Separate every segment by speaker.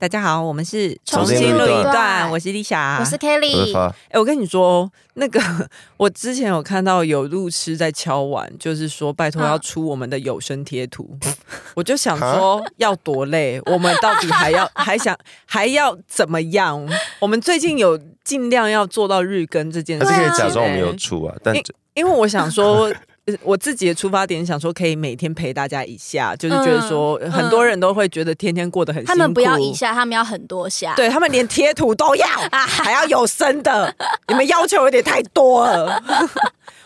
Speaker 1: 大家好，我们是
Speaker 2: 重新录一
Speaker 1: 一
Speaker 2: 段
Speaker 1: 我是丽霞，
Speaker 2: 我是
Speaker 3: 我是
Speaker 2: Kelly，
Speaker 3: 发，
Speaker 1: 哎、我跟你说，那个我之前有看到有路痴在敲碗，就是说拜托
Speaker 2: 嗯
Speaker 1: 要出我们的有声贴图， 我就想说要多累，我们到底还要 还想还要怎么样？我们最近有尽量要做到日更这件
Speaker 3: 还
Speaker 1: 事
Speaker 3: 是
Speaker 1: 情、
Speaker 3: 可以假装我们有出啊，但
Speaker 1: 因为我想说。 呃我自己的出发点想说，可以每天陪大家一下，就是觉得说，
Speaker 2: 嗯
Speaker 1: 很多人都会觉得天天过得很辛苦。
Speaker 2: 他们不要一下，他们要很多下。，
Speaker 1: 对他们连贴图都 要，还要有声的，你们要求有点太多了。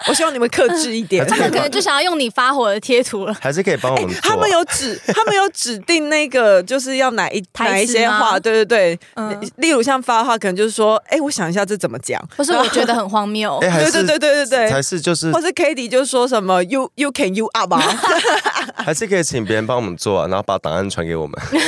Speaker 1: 我希望你们克制一点。
Speaker 3: 他
Speaker 2: 他们可能就想要用你发火的贴图 了。
Speaker 3: 还是可以帮我们做啊。
Speaker 1: 哎他们有指，他们有指定那个，就是要哪一
Speaker 2: 台词吗
Speaker 1: 哪一些话，对对
Speaker 2: 嗯
Speaker 1: 对。例如像发的话，可能就是说，哎，我想一下这怎么讲。
Speaker 2: 不是，我觉得很荒谬。
Speaker 3: 哎，还
Speaker 1: 对对
Speaker 3: 是
Speaker 1: 对对对
Speaker 3: 还
Speaker 1: 对。
Speaker 3: 是就是
Speaker 1: 或是 k a t i e 就说什么 “you you can you up” 啊，
Speaker 3: 还是可以请别人帮我们做啊，然后把档案传给我们。
Speaker 1: 哎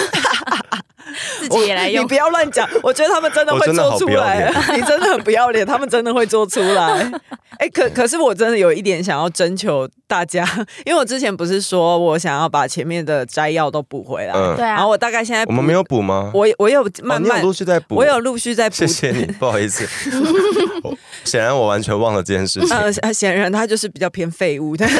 Speaker 2: 自己
Speaker 1: 我
Speaker 2: 也来用
Speaker 1: 你不。要乱讲，我觉得他们真的会
Speaker 3: 我真的
Speaker 1: 做
Speaker 3: 好
Speaker 1: 出
Speaker 3: 不要
Speaker 1: 来， 你真的很不要脸，他们真的会做出来。哎、可可是我真的有一点想要征求大家，因为我之前不是说我想要把前面的摘要都补回来，
Speaker 3: 嗯
Speaker 2: 对，啊
Speaker 1: 然后，我大概现在
Speaker 3: 我们没有补吗？
Speaker 1: 我我有
Speaker 3: 哦
Speaker 1: 慢
Speaker 3: 你有
Speaker 1: 慢、
Speaker 3: 陆续在补，哦
Speaker 1: 我有陆续在补
Speaker 3: 谢谢你，不好 意思，我显然我完全忘了这件事情。
Speaker 1: 呃，显然他就是比较偏废物的。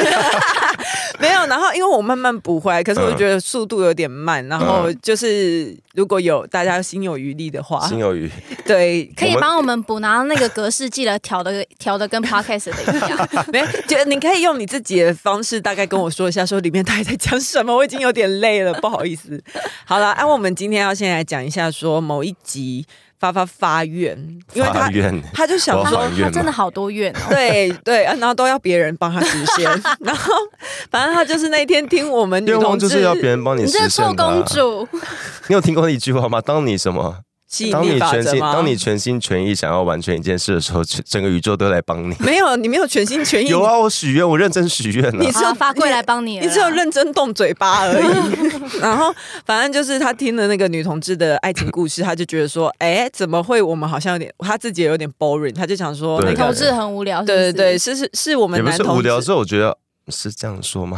Speaker 1: 没有，然后因为我慢慢补回来，可是我
Speaker 3: 嗯
Speaker 1: 觉得速度有点慢。然后就是如果有大家心有余力的话，
Speaker 3: 心有余，
Speaker 1: 对，
Speaker 2: 可以
Speaker 3: 我们
Speaker 2: 帮我们补，然后那个格式记得调的调的跟 podcast 的一样。
Speaker 1: 没，就你可以用你自己的方式，大概跟我说一下，说里面到底在讲什么。我已经有点累了，不好意思。好了，啊按、我们今天要先来讲一下，说某一集发发发愿，因为
Speaker 3: 发
Speaker 1: 他
Speaker 3: 愿
Speaker 1: 他就想
Speaker 3: 我
Speaker 1: 说
Speaker 3: 好。
Speaker 2: 他真的好多愿哦。
Speaker 1: 对对、啊然后都要别人帮他实现，然后反正他就是那天听我们女
Speaker 3: 愿望
Speaker 1: 同
Speaker 3: 就
Speaker 1: 志
Speaker 3: 是要别人帮你
Speaker 2: 你这
Speaker 3: 实
Speaker 2: 个
Speaker 3: 现
Speaker 2: 臭
Speaker 3: 它
Speaker 2: 公主，
Speaker 3: 你有听过一句话吗？当你什么？
Speaker 1: 吸引
Speaker 3: 当
Speaker 1: 力
Speaker 3: 你
Speaker 1: 法
Speaker 3: 全
Speaker 1: 则
Speaker 3: 心，
Speaker 1: 吗？
Speaker 3: 当你全心全意想要完成一件事的时候，全整个宇宙都来帮你。
Speaker 1: 没有，你没有全心全意，
Speaker 3: 有啊，我许愿，我认真许愿了
Speaker 1: 你。
Speaker 2: 好啊发贵来帮你了啦。
Speaker 1: 你只有认真动嘴巴而已。 然后，反正就是他听了那个女同志的爱情故事，他就觉得说，哎、怎么会我们好像有点，他自己也有点 boring，他就想说，那
Speaker 3: 对
Speaker 2: 女
Speaker 1: 个
Speaker 2: 同志很无聊。是不
Speaker 1: 对对
Speaker 2: 是
Speaker 1: 对，，是是是我们
Speaker 3: 也不
Speaker 1: 男
Speaker 3: 是
Speaker 1: 同
Speaker 3: 无聊，
Speaker 1: 志
Speaker 3: 是我觉得是这样说吗？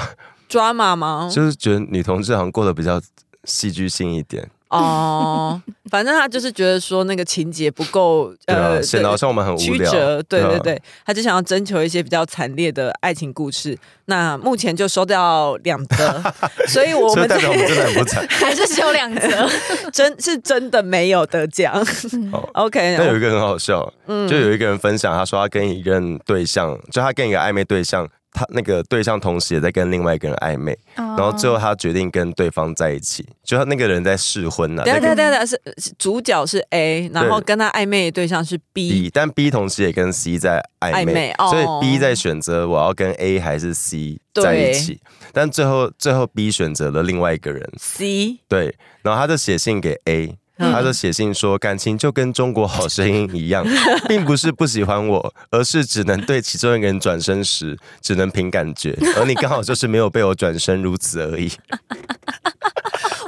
Speaker 1: drama 吗？
Speaker 3: 就是觉得女同志好像过得比较戏剧性一点，
Speaker 1: 哦，反正他就是觉得说那个情节不够，呃
Speaker 3: 对啊，显得好
Speaker 1: 对
Speaker 3: 像我们很无
Speaker 1: 曲
Speaker 3: 聊。
Speaker 1: 折，对
Speaker 3: 啊
Speaker 1: 对 对，他就想要征求一些比较惨烈的爱情故事。那目前就收到两则， 所以我
Speaker 3: 所
Speaker 1: 们
Speaker 3: 以代
Speaker 1: 在
Speaker 3: 表我们真的很不 惨。
Speaker 2: 还是只有两 则。
Speaker 1: 真是真的没有得奖。
Speaker 2: 嗯
Speaker 3: 哦
Speaker 1: OK，
Speaker 3: 但有一个很好笑，
Speaker 1: 嗯
Speaker 3: 就有一个人分享，他说他跟一个人对象，就他跟一个暧昧对象，他那个对象同时也在跟另外一个人暧昧，
Speaker 1: 哦
Speaker 2: 然
Speaker 3: 然后最后他决定跟对方在一起，就他那个人在试婚啊了、
Speaker 1: 等下
Speaker 3: 在跟
Speaker 1: 哦等下等下，是是主角是 A，然后跟他暧昧的对象是 B，
Speaker 3: B，但 E，B 同时也跟 C 在暧
Speaker 1: ，E 暧
Speaker 3: 昧
Speaker 1: 昧，哦
Speaker 3: 所以 B 在选择我要跟 A 还是 C 在一起，但最后最后 B 选择了另外一个人，
Speaker 1: C，
Speaker 3: 对，然后他就写信给 A，、
Speaker 1: 嗯
Speaker 3: 他就写信说感情就跟中国好声音一样， 并不是不喜欢我，而是只能对其中一个人转身时只能凭感觉，而你刚好就是没有被我转身，如此 而已。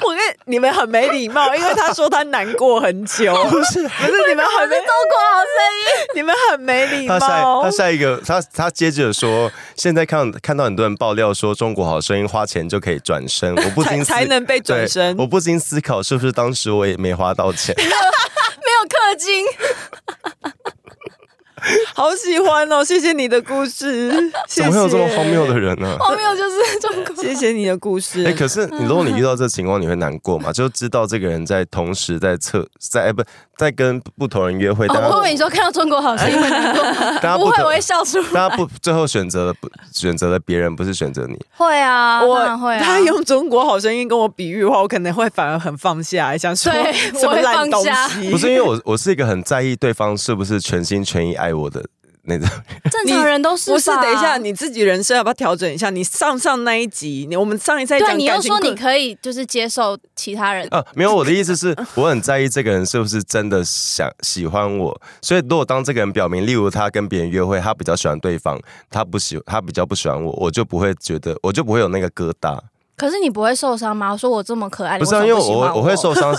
Speaker 1: 我跟你们很没礼貌，因为他说他难过很久，不是不是你们很没
Speaker 2: 中国好声音。
Speaker 1: 你们很没礼
Speaker 3: 他下
Speaker 1: 貌
Speaker 3: 他。下一个他他接着说，现在看看到很多人爆料说中国好声音花钱就可以转身，我不禁
Speaker 1: 才才
Speaker 3: 思
Speaker 1: 能被转身
Speaker 3: 对我不禁思考是不是当时我也没花 到钱。
Speaker 2: 没有氪 金，
Speaker 1: 好喜欢哦！谢谢你的故事，
Speaker 3: 怎
Speaker 1: 怎
Speaker 3: 么会有这么荒谬？的人呢、
Speaker 2: 荒谬就是中国。
Speaker 1: 谢谢你的故事。
Speaker 2: 哦
Speaker 3: 哎、可是
Speaker 2: 嗯
Speaker 3: 你如果你遇到这情况，你会难过吗？就知道这个人在同时在测在哎不在跟不同人约会，
Speaker 2: 哦，
Speaker 3: 但
Speaker 2: 我
Speaker 3: 他
Speaker 2: 以为你说看到中国好声音会难过，
Speaker 3: 但他
Speaker 2: 不
Speaker 3: 不
Speaker 2: 会，我
Speaker 3: 同
Speaker 2: 会笑出来。
Speaker 3: 但他不最后选择了不选择了别人，不是选择你。
Speaker 2: 会啊，当然会啊。
Speaker 1: 他用中国好声音跟我比喻的话，我可能会反而很放下，想说
Speaker 2: 对
Speaker 1: 什
Speaker 2: 我
Speaker 1: 么
Speaker 2: 会
Speaker 1: 烂
Speaker 2: 放
Speaker 1: 东
Speaker 2: 下
Speaker 1: 西。
Speaker 3: 不是因为我我是一个很在意对方是不是全心全意爱我的那种。
Speaker 2: 正常人都是吧
Speaker 1: 不是，等一下，你自己人生要不要调整一下？你上上那一集，你我们上一次在
Speaker 2: 对
Speaker 1: 讲
Speaker 2: 你
Speaker 1: 感
Speaker 2: 又
Speaker 1: 情
Speaker 2: 说
Speaker 1: 故
Speaker 2: 你可以就是接受其他人，
Speaker 3: 啊，没有，我的意思是我很在意这个人是不是真的想喜欢我，所以如果当这个人表明，例如他跟别人约会，他比较喜欢对方，他不喜他比较不喜欢我，我就不会觉得，我就不会有那个疙瘩。
Speaker 2: 可是你不会受伤吗？我说我这么可爱，
Speaker 3: 不是、
Speaker 2: 你
Speaker 3: 啊，因
Speaker 2: 为
Speaker 3: 为
Speaker 2: 什么不喜
Speaker 3: 我
Speaker 2: 欢我
Speaker 3: 我会 受伤，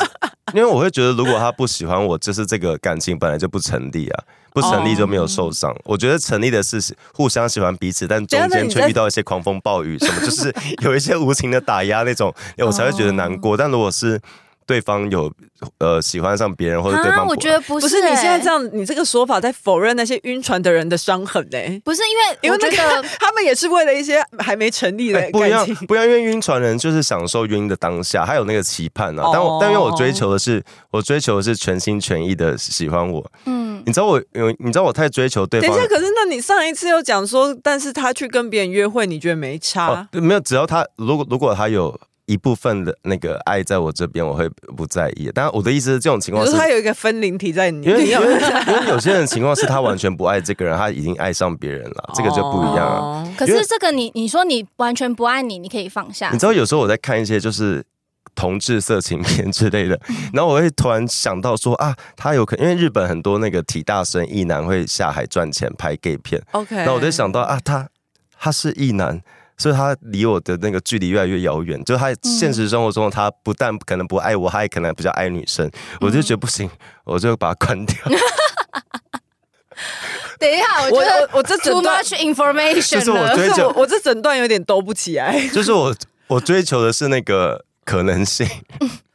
Speaker 3: 因为我会觉得如果他不喜欢我，就是这个感情本来就不成立啊。不成
Speaker 2: 哦
Speaker 3: 立就没有受伤。我觉得成立的是互相喜欢彼此，但中
Speaker 2: 啊
Speaker 1: 等一下那
Speaker 3: 间
Speaker 1: 你
Speaker 3: 却
Speaker 1: 在
Speaker 3: 遇到一些 狂
Speaker 2: 哦
Speaker 3: 风暴雨什么，就是有一些无情的打压那种，我才会觉得难过。但如果是对方有呃喜欢上别人，或者对
Speaker 2: 啊，
Speaker 3: 方不
Speaker 2: 我觉得不
Speaker 1: 不
Speaker 2: 是、
Speaker 1: 是你现在这
Speaker 2: 样，
Speaker 1: 样，你这个说法在否认那些晕船的人的伤痕呢、
Speaker 2: 不是因为
Speaker 1: 因为
Speaker 2: 我
Speaker 1: 那
Speaker 2: 觉得
Speaker 1: 个他们也是为了一些还没成立的
Speaker 3: 哎不一
Speaker 1: 感
Speaker 3: 样
Speaker 1: 情，，
Speaker 3: 不一样，因为晕船人就是享受晕的当下，还有那个期盼啊。但
Speaker 1: 哦
Speaker 3: 我但因为我追求的是，我追求的是全心全意的喜欢我。
Speaker 2: 嗯，
Speaker 3: 你知道我有，你知道我太追求对
Speaker 1: 等
Speaker 3: 方
Speaker 1: 一下，。可是那你上一次又讲说，但是他去跟别人约会，你觉得没
Speaker 3: 哦
Speaker 1: 差？，
Speaker 3: 没有，只要他如果如果他有一部分的那个爱在我这边，我会不在意。但我的意思是，这种情
Speaker 1: 比
Speaker 3: 况
Speaker 1: 如
Speaker 3: 是
Speaker 1: 说他有一个分灵体在你，
Speaker 3: 因为
Speaker 1: 你
Speaker 3: 因
Speaker 1: 有
Speaker 3: 为因为有些人情况是他完全不爱这个人，他已经爱上别人了，这个就不一样啊。
Speaker 1: 哦
Speaker 2: 可
Speaker 3: 因
Speaker 2: 是
Speaker 3: 为
Speaker 2: 这个你你说你完全不爱你，你可以放下
Speaker 3: 你，知道有时候我在看一些就是同志色情片之类的，然后我会突然想到说啊，他有可能因为日本很多那个体大生异男会下海赚钱拍 gay 片，
Speaker 1: OK，
Speaker 3: 那我就想到啊，他他是异男。所以他离我的那个距离越来越遥远，就是他现实生活中，他不但可能不爱我，他也可能比较爱女生。我就觉得不行，我就把他关掉。
Speaker 2: 等一下，我
Speaker 1: 我
Speaker 2: 觉得
Speaker 1: 我我这
Speaker 2: too
Speaker 1: 整段
Speaker 2: much information
Speaker 3: 就是我
Speaker 2: 了
Speaker 3: 觉得
Speaker 1: 可是
Speaker 3: 就
Speaker 1: 我我这整段有点兜不起来，
Speaker 3: 就是我我追求的是那个可能性，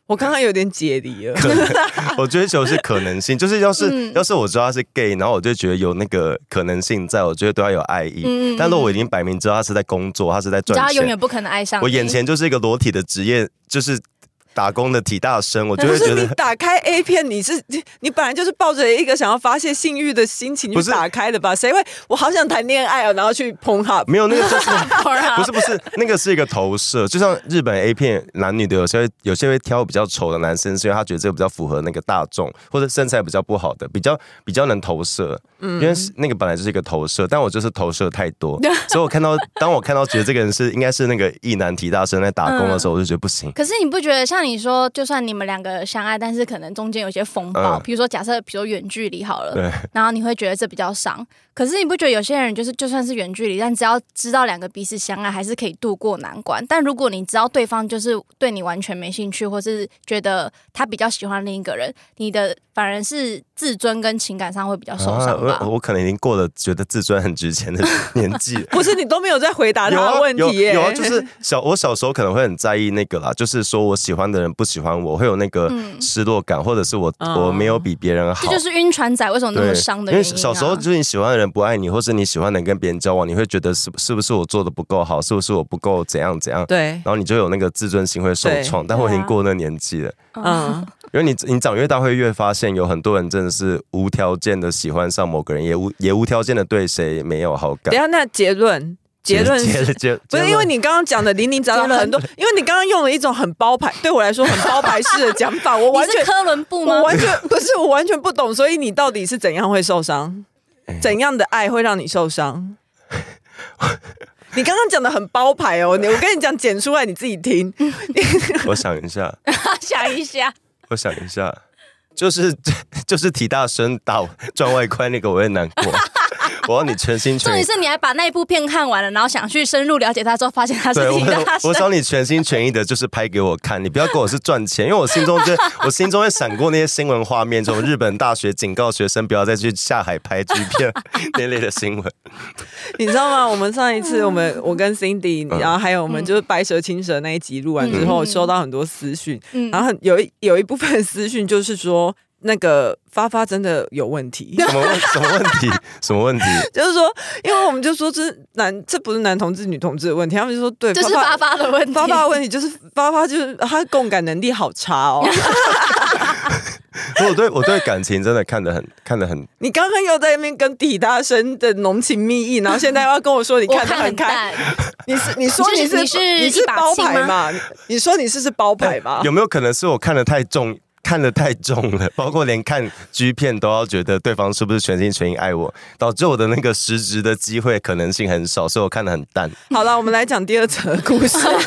Speaker 1: 我刚刚有点解离了。
Speaker 3: 可能 我追求的是可能性， 就是要是、
Speaker 2: 嗯
Speaker 3: 要是我知道他是 gay，然后我就觉得有那个可能性在，我觉得对他有爱意。
Speaker 2: 嗯嗯
Speaker 3: 但是我已经摆明知道他是在工作，他是在
Speaker 2: 你知道
Speaker 3: 赚
Speaker 2: 他永
Speaker 3: 钱
Speaker 2: 远，不可能爱上你
Speaker 3: 我 眼前就是一个裸体的职业，就是打工的体大生，我就
Speaker 1: 不
Speaker 3: 会
Speaker 1: 是
Speaker 3: 觉
Speaker 1: 你
Speaker 3: 得。
Speaker 1: 打开 A 片，你是 你你本来就是抱着一个想要发泄性欲的心情
Speaker 3: 不
Speaker 1: 去
Speaker 3: 是
Speaker 1: 打开的吧？谁会我好想谈恋爱哦，然后去 p o n h u b
Speaker 3: 没有，那个就是
Speaker 2: Pornhub
Speaker 3: 不是不是，那个是一个投射，就像日本 A 片男女的，有些会有些会挑比较丑的男生，是因为他觉得这个比较符合那个大众，或者身材比较不好的，比较比较能投射。因为是那个本来就是一个投射，但我就是投射太 多，所以我看到当我看到觉得这个人是应该是那个异男体大生在打工的时候，我就觉得 不行。
Speaker 2: 可是你不觉得像你说，就算你们两个相爱，但是可能中间有些风暴，
Speaker 3: 嗯
Speaker 2: 比如说假设，比如说远距离好了，
Speaker 3: 对，
Speaker 2: 然后你会觉得这比较伤。可是你不觉得有些人就是就算是远距离，但只要知道两个彼此相爱，还是可以度过难关。但如果你知道对方就是对你完全没兴趣，或是觉得他比较喜欢另一个人，你的反而是自尊跟情感上会比较受伤吧？
Speaker 3: 啊我我可能已经过了觉得自尊很值钱的年纪了。
Speaker 1: 不是你都没有在回答
Speaker 3: 有
Speaker 1: 他
Speaker 3: 啊
Speaker 1: 的问题耶、
Speaker 3: 有，有啊，就是小我小时候可能会很在意那个啦，就是说我喜欢的人不喜欢我，会有那个
Speaker 2: 嗯
Speaker 3: 失落感，或者是我、
Speaker 1: 嗯
Speaker 3: 我没有比别人好。
Speaker 2: 这就是晕船仔为什么那么伤的
Speaker 3: 因
Speaker 2: 原
Speaker 3: 为
Speaker 2: 因、啊。
Speaker 3: 小时候就是你喜欢的人不爱你，或是你喜欢的人跟别人交往，你会觉得是是不是我做的不够好，是不是我不够怎样怎样，
Speaker 1: 对，
Speaker 3: 然后你就有那个自尊心会受
Speaker 1: 对
Speaker 3: 创。但我已
Speaker 2: 对啊
Speaker 3: 经过那年纪了，
Speaker 2: 嗯，
Speaker 1: 嗯，
Speaker 3: 因为你你长越大会越发现，有很多人真的是无条件的喜欢上某个人，也无也无条件的对谁没有好
Speaker 1: 等一
Speaker 3: 感。
Speaker 1: 下那结论结论
Speaker 3: 结
Speaker 1: 是。
Speaker 3: 结
Speaker 1: 不是因为你刚刚讲的零零杂杂很多，因为你刚刚用了一种很包牌，对我来说很包牌式的讲法，我
Speaker 2: 你
Speaker 1: 完
Speaker 2: 是
Speaker 1: 全
Speaker 2: 科伦布吗
Speaker 1: 我？完全不是，我完全不懂，所以你到底是怎样会受伤？怎样的爱会让你受伤？你刚刚讲的很包牌哦，你我跟你讲，剪出来你自己听。
Speaker 3: 我想一下，
Speaker 2: 想一 下，
Speaker 3: 我想一下，就是就是体大声打我赚外快那个，我也难过。 我要你全心
Speaker 2: 重
Speaker 3: 全
Speaker 2: 点
Speaker 3: 意，
Speaker 2: 是你还把那一部片看完了，然后想去深入了解他之后，发现他是
Speaker 3: 对我
Speaker 2: 挺大
Speaker 3: 我
Speaker 2: 声。
Speaker 3: 想你全心全意的，就是拍给我看。你不要跟我是赚钱，因为我心中就我心中会闪过那些新闻画面，从日本大学警告学生不要再去下海拍 G 片那类的新闻。
Speaker 1: 你知道吗？我们上一次，我 们我跟 Cindy，然后还有我们就是白蛇青蛇那一集录完之后，
Speaker 2: 嗯
Speaker 1: 收到很多私讯，
Speaker 2: 嗯
Speaker 1: 然后很有一有一部分私讯就是说，那个发发真的有问 题。
Speaker 3: 什么问什么问题？什么问题？
Speaker 1: 就是说，因为我们就说这是男，这不是男同志、女同志的问题，他们就说对，
Speaker 2: 这是发发的 问题。
Speaker 1: 发发的问题就是发发就是他共感能力好差 哦。
Speaker 3: 我对我对感情真的看得很看得很
Speaker 1: 你刚刚又在那边跟底大生的浓情蜜意，然后现在又要跟我说你
Speaker 2: 我
Speaker 1: 看得
Speaker 2: 看
Speaker 1: 很
Speaker 2: 很
Speaker 1: 开，
Speaker 2: 淡，
Speaker 1: 你是你说你是
Speaker 2: 你是
Speaker 1: 你
Speaker 2: 一
Speaker 1: 是
Speaker 2: 把
Speaker 1: 包
Speaker 2: 青
Speaker 1: 牌嘛？你说你是是包牌嘛？
Speaker 3: 有没有可能是我看得太重， 看得太重了， 包括连看 G 片都要觉得对方是不是全心全意爱我，导致我的那个实质的机会可能性很少，所以我看得很淡。
Speaker 1: 好了，我们来讲第二则故 事。啊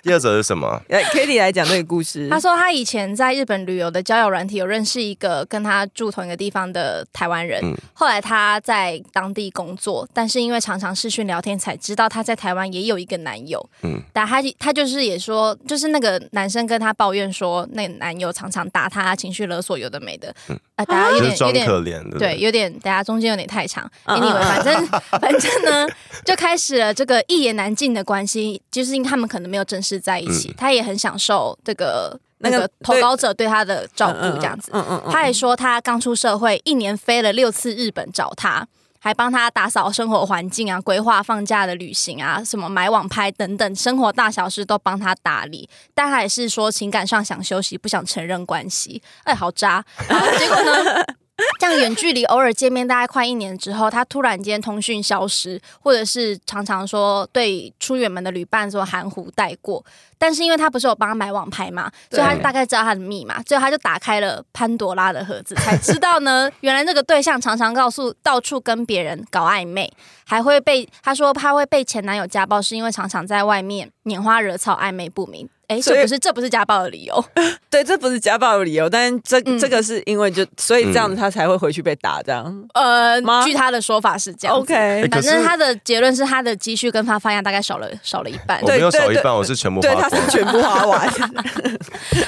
Speaker 3: 第二则是什 么？
Speaker 1: 来 k a t i e 来讲这个故事。
Speaker 2: 他说他以前在日本旅游的交友软体有认识一个跟他住同一个地方的台湾人，
Speaker 3: 嗯
Speaker 2: 后来他在当地工作，但是因为常常视讯聊天才知道他在台湾也有一个男友，嗯
Speaker 3: 嗯，
Speaker 2: 但他他就是也说，就是那个男生跟他抱怨说，那个男友常常打他，情绪勒索，有的没的，
Speaker 3: 嗯
Speaker 2: 啊、大家有
Speaker 3: 就
Speaker 2: 点
Speaker 3: 是装
Speaker 2: 有点
Speaker 3: 可怜的。
Speaker 2: 对，有点，等下中间有点太长。
Speaker 1: 嗯
Speaker 2: anyway，
Speaker 1: 嗯
Speaker 2: 反正 反正呢，就开始了这个一言难尽的关系，就是因为他们可能没有正式在一起，他也很享受这个那
Speaker 1: 嗯那个
Speaker 2: 个投稿者对他的照顾这样子。
Speaker 1: 嗯嗯嗯嗯
Speaker 2: 他也说他刚出社会，一年飞了六次日本找他，还帮他打扫生活环境啊，规划放假的旅行啊，什么买网拍等等，生活大小事都帮他打理。但他也是说情感上想休息，不想承认关系。哎，好渣！然后结果呢？这样远距离偶尔见面，大概快一年之后，他突然间通讯消失，或者是常常说对出远门的旅伴说含糊带过。但是因为他不是有帮他买网拍嘛，所
Speaker 1: 对
Speaker 2: 以他大概知道他的密码，所以他就打开了潘多拉的盒子，才知道呢，原来那个对象常常告诉到处跟别人搞暧昧，还会被他说他会被前男友家暴，是因为常常在外面拈花惹草、暧昧不明。哎，
Speaker 1: 所以
Speaker 2: 这不是这不是家暴的理由，
Speaker 1: 对，这不是家暴的理由，但这、
Speaker 2: 嗯
Speaker 1: 这个是因为就所以这
Speaker 3: 嗯
Speaker 1: 样子他才会回去被打这样。
Speaker 2: 呃
Speaker 1: 吗，
Speaker 2: 据他的说法是这样子。
Speaker 1: OK，
Speaker 2: 反
Speaker 3: 哎可
Speaker 2: 正
Speaker 3: 是
Speaker 2: 他的结论是他的积蓄跟他发现大概少了少了一半
Speaker 3: 我，没有
Speaker 1: 对
Speaker 3: 少一
Speaker 1: 对
Speaker 3: 半，我是全部
Speaker 1: 对，
Speaker 3: 花
Speaker 1: 他
Speaker 3: 光。
Speaker 1: 是全部花完。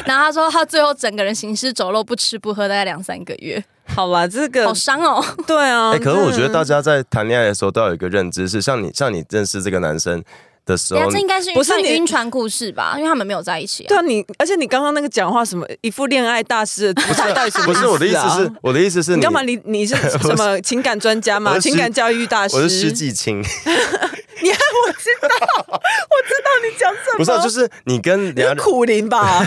Speaker 2: 然后他说他最后整个人行尸走肉，不吃不喝，大概两三个月，
Speaker 1: 好啦，这
Speaker 2: 好
Speaker 1: 个
Speaker 2: 伤哦。
Speaker 1: 对啊、
Speaker 3: 哎、可是我觉得大
Speaker 1: 家
Speaker 3: 家在谈恋爱的时候都要有一个认知是，像你像你认识这个男生的时
Speaker 2: 对啊
Speaker 3: 候，
Speaker 2: 这应该是
Speaker 1: 不是
Speaker 2: 算
Speaker 1: 你
Speaker 2: 晕船故事吧？因为他们没有在一起、啊。
Speaker 1: 对啊，你而且你刚刚那个讲话什么一副恋爱大师的姿态，到底 什么、啊？
Speaker 3: 不是我的意思是，我的意思是
Speaker 1: 你
Speaker 3: 你
Speaker 1: 干嘛？你你 是什么情感专家
Speaker 3: 我
Speaker 1: 吗？
Speaker 3: 是
Speaker 1: 情感教育大师？
Speaker 3: 我是施季青，
Speaker 1: 你看，我知道， 我知道你讲什么。
Speaker 3: 不是啊、就是你跟人
Speaker 1: 你 是
Speaker 3: 家
Speaker 1: 苦灵吧？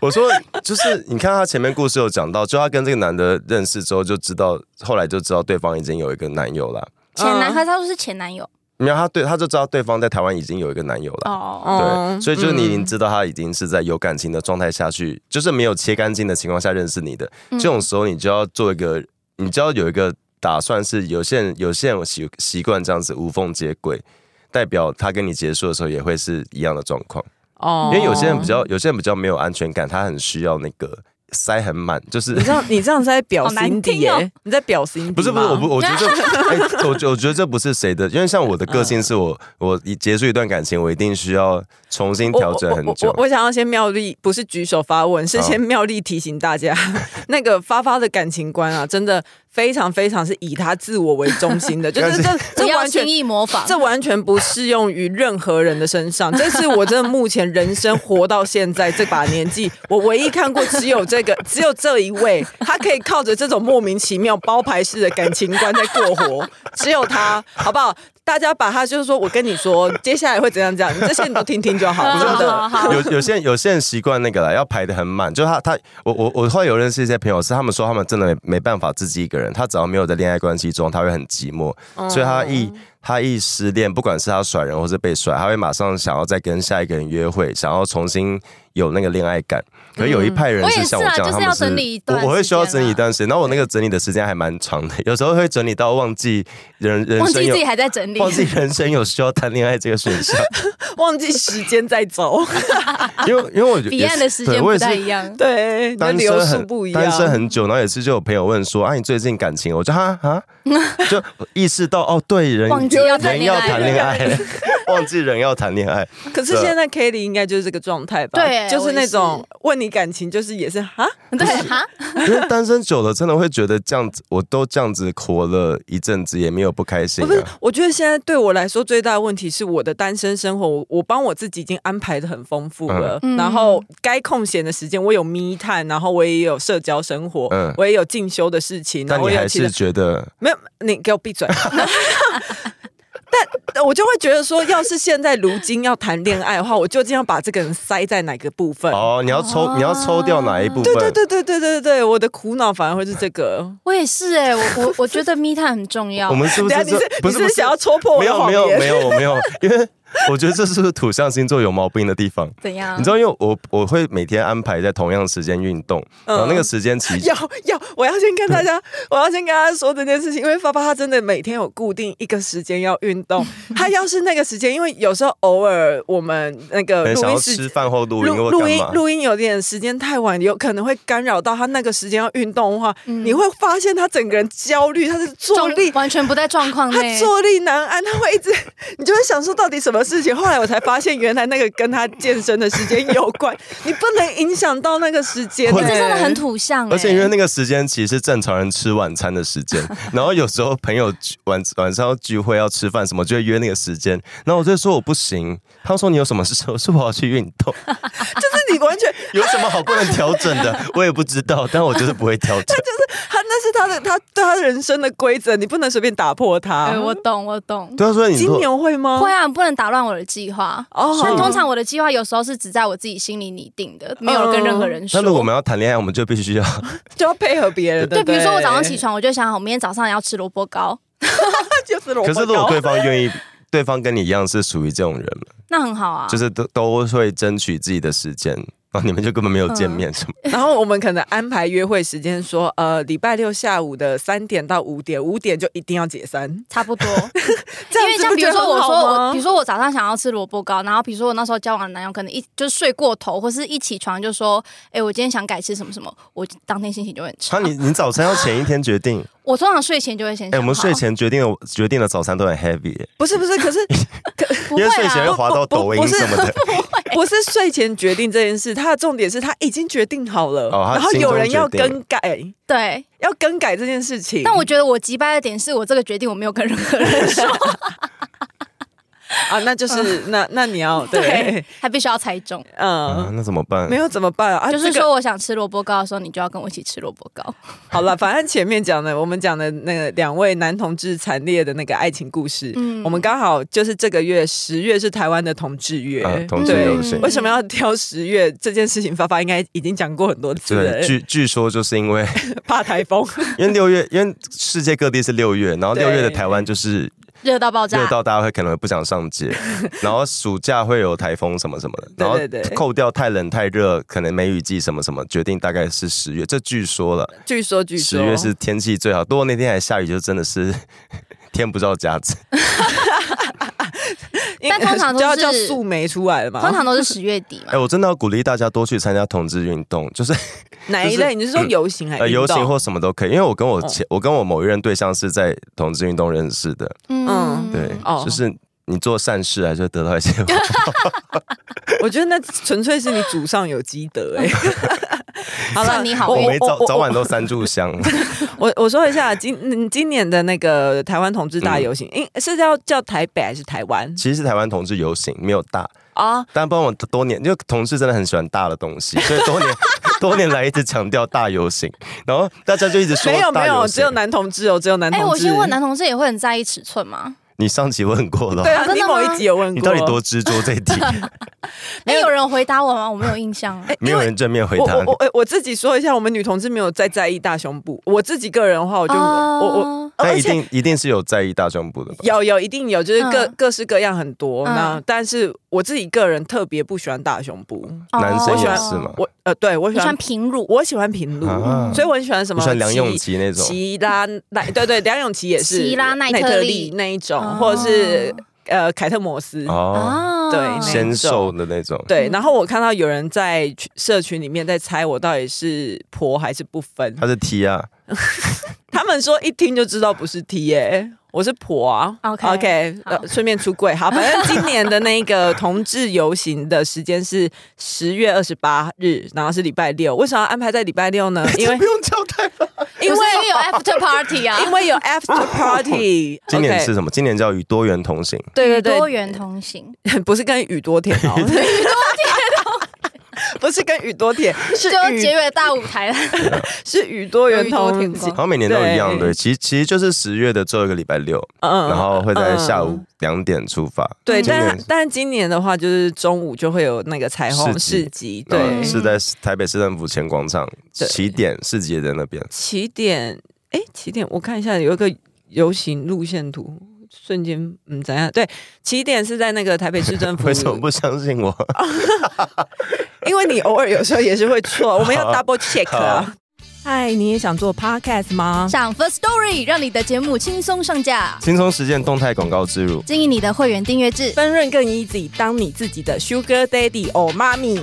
Speaker 3: 我说，就是你看他前面故事有讲到，就他跟这个男的认识之后，就知道后来就知道对方已经有一个男友了。
Speaker 2: 前
Speaker 1: 嗯
Speaker 2: 男孩他说是前男友
Speaker 3: 没有，他对他就知道对方在台湾已经有一个男友了。
Speaker 2: 哦，
Speaker 1: 哦
Speaker 3: 对，所以就是你已经
Speaker 1: 嗯
Speaker 3: 知道他已经是在有感情的状态下去，就是没有切干净的情况下认识你的。
Speaker 1: 嗯
Speaker 3: 这种时候，你就要做一个，你就要有一个打算，是有些人有些人习习惯这样子无缝接轨，代表他跟你结束的时候也会是一样的状况。
Speaker 1: 哦
Speaker 3: 因为有些人比较，有些人比较没有安全感，他很需要那个塞很满，就是
Speaker 1: 你这样，你这样是在表
Speaker 2: 好难
Speaker 1: 心底
Speaker 2: 听
Speaker 1: 耶、
Speaker 2: 哦
Speaker 1: 你在表心底吗
Speaker 3: 不是不是，我不，我觉得这，哎、我觉我觉得这不是谁的，因为像我的个
Speaker 1: 嗯
Speaker 3: 性是我，我一结束一段感情，我一定需要重新调整很
Speaker 1: 我
Speaker 3: 久
Speaker 1: 我我。我想要先妙丽，不是举手发问，是
Speaker 3: 好
Speaker 1: 先妙丽提醒大家，那个发发的感情观啊，真的非常非常是以他自我为中心的，就是这
Speaker 2: 不
Speaker 1: 这
Speaker 2: 要
Speaker 1: 完全
Speaker 2: 轻易模仿。
Speaker 1: 这完全不适用于任何人的身上，这是我真的目前人生活到现在这把年纪，我唯一看过只有这个，只有这一位，他可以靠着这种莫名其妙包牌式的感情观在过活，只有他，好不好？大家把他就是说，我跟你说，接下来会怎样怎样，这些你都听听就好，
Speaker 2: 好
Speaker 1: 真的。
Speaker 2: 好好，
Speaker 3: 有有些人有些人习惯那个了，要排的很满，就他他我我我后来有认识一些朋友，是他们说他们真的没没办法自己一个人，他只要没有在恋爱关系中，他会很寂寞，
Speaker 2: 哦
Speaker 3: 所以他一他一失恋，不管是他甩人或是被甩，他会马上想要再跟下一个人约会，想要重新有那个恋爱感。可有一派人
Speaker 2: 我也
Speaker 3: 是像我
Speaker 2: 是啊
Speaker 3: 这
Speaker 2: 就是
Speaker 3: 样，他们
Speaker 2: 要整理一段
Speaker 3: 我我会需要
Speaker 2: 时间啊
Speaker 3: 整理一段时间，然后我那个整理的时间还蛮长的，有时候会整理到忘记人人
Speaker 2: 忘
Speaker 3: 生
Speaker 2: 记自
Speaker 3: 有
Speaker 2: 己还在整理。
Speaker 3: 忘记人生有需要谈恋爱这个选 项，
Speaker 1: 忘记时间在走，
Speaker 3: 因为因为我觉得
Speaker 2: 彼岸的时间
Speaker 3: 对我
Speaker 2: 不
Speaker 3: 也是
Speaker 2: 太一样，
Speaker 1: 对，你的
Speaker 3: 单
Speaker 1: 流
Speaker 3: 身
Speaker 1: 速
Speaker 3: 很
Speaker 1: 不一样。
Speaker 3: 单身很久，然后也是就有朋友问说：“啊，你最近感情？”我就哈哈，就意识到哦，对，人
Speaker 2: 忘记要谈
Speaker 3: 人
Speaker 2: 恋
Speaker 3: 要
Speaker 2: 爱
Speaker 3: 谈恋 爱，忘记人要谈恋爱。
Speaker 1: 可是现在 Kelly 应该就是这个状态吧？
Speaker 2: 对
Speaker 1: 就是那
Speaker 2: 我
Speaker 1: 种问你感情，就是也是哈，
Speaker 2: 对哈，
Speaker 3: 因为单身久了，真的会觉得这样子，我都这样子活了一阵子，也没有不开心、
Speaker 1: 不是
Speaker 3: 啊。，
Speaker 1: 我觉得现在对我来说最大的问题是我的单身生活，我我帮我自己已经安排的很丰富了，
Speaker 2: 嗯
Speaker 1: 然后该空闲的时间我有 me time，然后我也有社交生活，
Speaker 3: 嗯
Speaker 1: 我也有进修的事情，然
Speaker 3: 但
Speaker 1: 后我
Speaker 3: 你
Speaker 1: 也有
Speaker 3: 还
Speaker 1: 其他
Speaker 3: 是觉得，
Speaker 1: 没有，你给我闭 嘴。 但我就会觉得说，要是现在如今要谈恋爱的话，我究竟要把这个人塞在哪个部分？
Speaker 3: 哦，你要抽，
Speaker 2: 哦
Speaker 3: 你要抽掉哪一部分？
Speaker 1: 对对对对对对对，我的苦恼反而会是这个。
Speaker 2: 我也是哎，我我我觉得 me time 很重要
Speaker 3: 我。们是不
Speaker 1: 等下
Speaker 3: 是
Speaker 1: 你是
Speaker 3: 不是
Speaker 1: 你
Speaker 3: 不
Speaker 1: 是
Speaker 3: 是
Speaker 1: 想要戳破我
Speaker 3: 没
Speaker 1: 的
Speaker 3: 有
Speaker 1: 谎
Speaker 3: 没
Speaker 1: 言？
Speaker 3: 有没有没有，因为我觉得这是不是土象星座有毛病的地方？
Speaker 2: 怎样？
Speaker 3: 你知道，因为我我会每天安排在同样时间运动，然后那个时间期间，
Speaker 1: 嗯 要要，我要先跟大家，我要先跟大家说这件事情，因为发发他真的每天有固定一个时间要运 动，他要是那个时间，因为有时候偶尔我们那
Speaker 3: 可
Speaker 1: 个
Speaker 3: 能
Speaker 1: 录
Speaker 3: 想要
Speaker 1: 音
Speaker 3: 吃
Speaker 1: 时。
Speaker 3: 饭后录音
Speaker 1: 录
Speaker 3: 或
Speaker 1: 录音
Speaker 3: 干嘛。
Speaker 1: 录音有点时间太晚，有可能会干扰到他那个时间要运动的话，
Speaker 2: 嗯
Speaker 1: 你会发现他整个人焦虑，他是坐
Speaker 2: 状
Speaker 1: 立
Speaker 2: 完全不在状况
Speaker 1: 他
Speaker 2: 内。
Speaker 1: 坐立难安，他会一直，你就会想说到底什么么事情。后来我才发现，原来那个跟他健身的时间有关，你不能影响到那个时间、
Speaker 3: 会
Speaker 2: 这
Speaker 1: 欸
Speaker 2: 真的很土象、欸，
Speaker 3: 而且因为那个时间其实是正常人吃晚餐的 时间，然后有时候朋友聚晚晚上要聚会要吃饭什么，就会约那个时间。然后我就说我不行，他说你有什么事？我说我要去运 动，
Speaker 1: 就是你完全
Speaker 3: 有什么好不能调整的？我也不知道，但我就是不会调整。
Speaker 1: 他那是他的他对他人生的规则，你不能随便打破它。
Speaker 2: 哎、我懂，我懂。
Speaker 3: 对啊，所以你
Speaker 1: 金
Speaker 3: 说
Speaker 1: 牛会吗？
Speaker 2: 会啊，不能打乱我的计划。
Speaker 1: 哦
Speaker 2: 但通常我的计划有时候是只在我自己心里拟定
Speaker 3: 嗯
Speaker 2: 的，没有跟任何人说。
Speaker 3: 那如果我们要谈恋爱，我们就必 须要
Speaker 1: 就要配合别人。对
Speaker 2: 对，
Speaker 1: 不对，
Speaker 2: 比如说我早上 起床，我就想好，我明天早上要吃萝卜糕，
Speaker 1: 就是萝
Speaker 3: 可
Speaker 1: 卜
Speaker 3: 是
Speaker 1: 糕
Speaker 3: 如果 对方愿意，对方跟你一样是属于这种人，
Speaker 2: 那很好啊。
Speaker 3: 就是都都会争取自己的时间，然后你们就根本没有见面什么。
Speaker 1: 然后我们可能安排约会时间说，呃，礼拜六下午的三点到五点，五点就一定要解散。
Speaker 2: 差 不多，
Speaker 1: 这样
Speaker 2: 因为
Speaker 1: 子
Speaker 2: 像
Speaker 1: 不
Speaker 2: 比
Speaker 1: 觉
Speaker 2: 如
Speaker 1: 得
Speaker 2: 说，我
Speaker 1: 很好
Speaker 2: 说我，
Speaker 1: 吗
Speaker 2: 比如说我早上想要吃萝卜糕，然后比如说我那时候交往的男友可能一就是睡过头，或是一起床就说，哎、我今天想改吃什么什么，我当天心情就会很差
Speaker 3: 那。你你早餐要前一天决定，
Speaker 2: 我通常睡前就会先
Speaker 3: 哎、
Speaker 2: 想好，
Speaker 3: 我们睡前决定了决定了早餐都很 heavy，耶、
Speaker 1: 不是不是，可是
Speaker 2: 不啊
Speaker 3: 因
Speaker 2: 会
Speaker 3: 为睡前
Speaker 2: 啊
Speaker 3: 会，滑到抖音什么的。
Speaker 1: 不是睡前决定这件事，他的重点是他已经决定好了，
Speaker 3: 哦他
Speaker 1: 然后有人要
Speaker 3: 心中决定
Speaker 1: 更改，
Speaker 2: 对。
Speaker 1: 要更改这件事情。
Speaker 2: 但我觉得我击败的点是我这个决定我没有跟任 何人说，
Speaker 1: 啊，那就是那那你要对，，
Speaker 2: 还必须要猜中。
Speaker 3: 啊，
Speaker 1: 嗯，
Speaker 3: 那怎么办？
Speaker 1: 没有怎么办啊？
Speaker 2: 就是
Speaker 1: 这个
Speaker 2: 说，我想吃萝卜糕的时候，你就要跟我一起吃萝卜糕。
Speaker 1: 好了，反正前面讲的，我们讲的那个两位男同志惨烈的那个爱情故事，
Speaker 2: 嗯
Speaker 1: 我们刚好就是这个月十月是台湾的同志月，
Speaker 3: 啊，同志
Speaker 1: 对
Speaker 3: 游行
Speaker 2: 嗯。
Speaker 1: 为什么要挑十月这件事情？发发应该已经讲过很多次
Speaker 3: 对，
Speaker 1: 了，
Speaker 3: 据据说就是因为
Speaker 1: 怕台 风，
Speaker 3: 因为六月，因为世界各地是六月，然后
Speaker 1: 对
Speaker 3: 六月的台湾就是
Speaker 2: 热到爆
Speaker 3: 热
Speaker 2: 炸，
Speaker 3: 到大家会可能会不想上街，然后暑假会有台风什么什么的，然后
Speaker 1: 对对对
Speaker 3: 扣掉太冷太热，可能梅雨季什么什么，决定大概是十月，这据说了。
Speaker 1: 据说据说
Speaker 3: 十月是天气最好，不过那天还下雨，就真的是 天不照夹 子。
Speaker 1: 因为
Speaker 2: 但通常都
Speaker 1: 就要
Speaker 2: 是
Speaker 1: 叫素梅出来了嘛。
Speaker 2: 通常都是十月底
Speaker 3: 哎、
Speaker 2: 嘛。
Speaker 3: 我真的要鼓励大家多去参加同志运动， 就是
Speaker 1: 哪一类？你 是说游行还
Speaker 3: 呃
Speaker 1: 是
Speaker 3: 游
Speaker 1: 运动嗯
Speaker 3: 行或什么都可以。因为我跟我前、我跟我某一任对象是在同志运动认识的，
Speaker 1: 嗯
Speaker 3: 对，
Speaker 1: 哦
Speaker 3: 就是你做善事还是会得到 一些
Speaker 1: 我觉得那纯粹是你祖上有积德 哎、好了，
Speaker 2: 算你好
Speaker 1: 我
Speaker 2: 运
Speaker 3: 我
Speaker 1: 我
Speaker 3: 没
Speaker 1: 我
Speaker 3: 早
Speaker 1: 我
Speaker 3: 早晚都三炷香，
Speaker 1: 我我说一下今嗯今年的那个台湾同志
Speaker 3: 嗯
Speaker 1: 大游行，应、是要叫台北还是台湾
Speaker 3: 其实是台湾同志游行没有大，
Speaker 2: 哦
Speaker 1: 啊？
Speaker 3: 但帮我多年，因为同志真的很喜欢大的东西，所以多 年多年来一直强调大游行，然后大家就一直说
Speaker 1: 没有
Speaker 3: 大
Speaker 1: 没
Speaker 3: 游
Speaker 1: 有，
Speaker 3: 行
Speaker 1: 只有男同志哦，只有男同
Speaker 2: 哎，
Speaker 1: 志。
Speaker 2: 我先问，男同事也会很在意尺寸吗？
Speaker 3: 你上期问过了
Speaker 1: 对，啊
Speaker 2: 啊，真
Speaker 1: 你
Speaker 2: 的
Speaker 1: 某
Speaker 2: 吗
Speaker 1: 一集有问过，
Speaker 3: 哦你到底多执着这一题？
Speaker 2: 哎，有人回答我吗？我没有印象。啊
Speaker 1: 哎？
Speaker 3: 没
Speaker 1: 因
Speaker 3: 有
Speaker 1: 为
Speaker 3: 人正面回
Speaker 1: 我
Speaker 3: 答
Speaker 1: 我我
Speaker 3: 你。
Speaker 1: 哎我自己说一下，我们女同志没有在在意大胸部。我自己个人的话，我就、
Speaker 2: 啊
Speaker 1: 我我
Speaker 3: 但
Speaker 1: 而
Speaker 3: 一
Speaker 1: 且
Speaker 3: 定一定是有在意大胸部的吧？
Speaker 1: 有有一定有，就是各、
Speaker 2: 嗯
Speaker 1: 各式各样很多。
Speaker 2: 嗯
Speaker 1: 那但是我自己个人特别不喜欢大胸部，
Speaker 2: 哦
Speaker 3: 男生也是嘛？
Speaker 1: 我呃，对我喜
Speaker 2: 你
Speaker 1: 欢
Speaker 2: 喜欢平乳，
Speaker 1: 我喜欢平乳，
Speaker 3: 啊
Speaker 1: 所以我很喜欢什
Speaker 3: 你
Speaker 1: 么
Speaker 3: 喜欢梁咏
Speaker 1: 齐
Speaker 3: 琪那种？
Speaker 1: 齐拉奈， 对对，梁咏琪也是
Speaker 2: 齐拉奈
Speaker 1: 特
Speaker 2: 特
Speaker 1: 利
Speaker 2: 利
Speaker 1: 那一种，
Speaker 2: 哦
Speaker 1: 或者是呃凯特摩斯。
Speaker 3: 哦，
Speaker 2: 啊
Speaker 1: 对那
Speaker 3: 纤瘦的那种。
Speaker 1: 对，
Speaker 2: 嗯
Speaker 1: 然后我看到有人在群社群里面在猜我到底是婆还是不分，
Speaker 3: 他是 T 啊，
Speaker 1: 他们说一听就知道不是 T 耶、我是婆啊。
Speaker 2: OK，
Speaker 1: 呃
Speaker 2: 好，
Speaker 1: 顺便出柜。好，反 正今年的那个同志游行的时间是十月二十八日，然后是礼拜六。为什么要安排在礼拜六呢？因为
Speaker 3: 不用交代了。
Speaker 1: 因
Speaker 2: 不
Speaker 1: 为
Speaker 2: 是因为有 after party 啊，
Speaker 1: 因为有 after party，
Speaker 3: 今年
Speaker 1: OK
Speaker 3: 是什么？今年叫与多元同行。
Speaker 1: 对对对，
Speaker 2: 多元同行，
Speaker 1: 不是跟宇多田哦，宇多田 不是跟宇多田，是
Speaker 2: 哦就
Speaker 1: 宇
Speaker 2: 结缘大舞台了。
Speaker 1: 是宇多元
Speaker 2: 有宇
Speaker 1: 同
Speaker 2: 多田
Speaker 1: 行
Speaker 2: 光
Speaker 3: 好，像每年都一样
Speaker 1: 对
Speaker 3: 对，其实其实就是十月的最后一个礼拜六，
Speaker 1: 嗯
Speaker 3: 然后会在下
Speaker 1: 嗯
Speaker 3: 午两点出发，
Speaker 1: 对，
Speaker 3: 今
Speaker 1: 但
Speaker 3: 年
Speaker 1: 但今年的话，就是中午就会有那个彩虹市
Speaker 3: 市集
Speaker 1: 集，
Speaker 3: 然后
Speaker 1: 对，
Speaker 3: 是在台北市政府前广场
Speaker 1: 对
Speaker 3: 起点市集也在那边。
Speaker 1: 起点，哎，起点，我看一下有一个游行路线图，瞬间嗯怎样？对，起点是在那个台北市政府，
Speaker 3: 为什么不相信我？
Speaker 1: 因为你偶尔有时候也是会 错，我们要 double check 啊。嗨，你也想做 podcast 吗？
Speaker 2: 上 First Story 让你的节目轻松上架，
Speaker 3: 轻松实践动态广告植入。
Speaker 2: 经营你的会员订阅制。
Speaker 1: 分润更 easy，当你自己的 sugar daddy or mommy。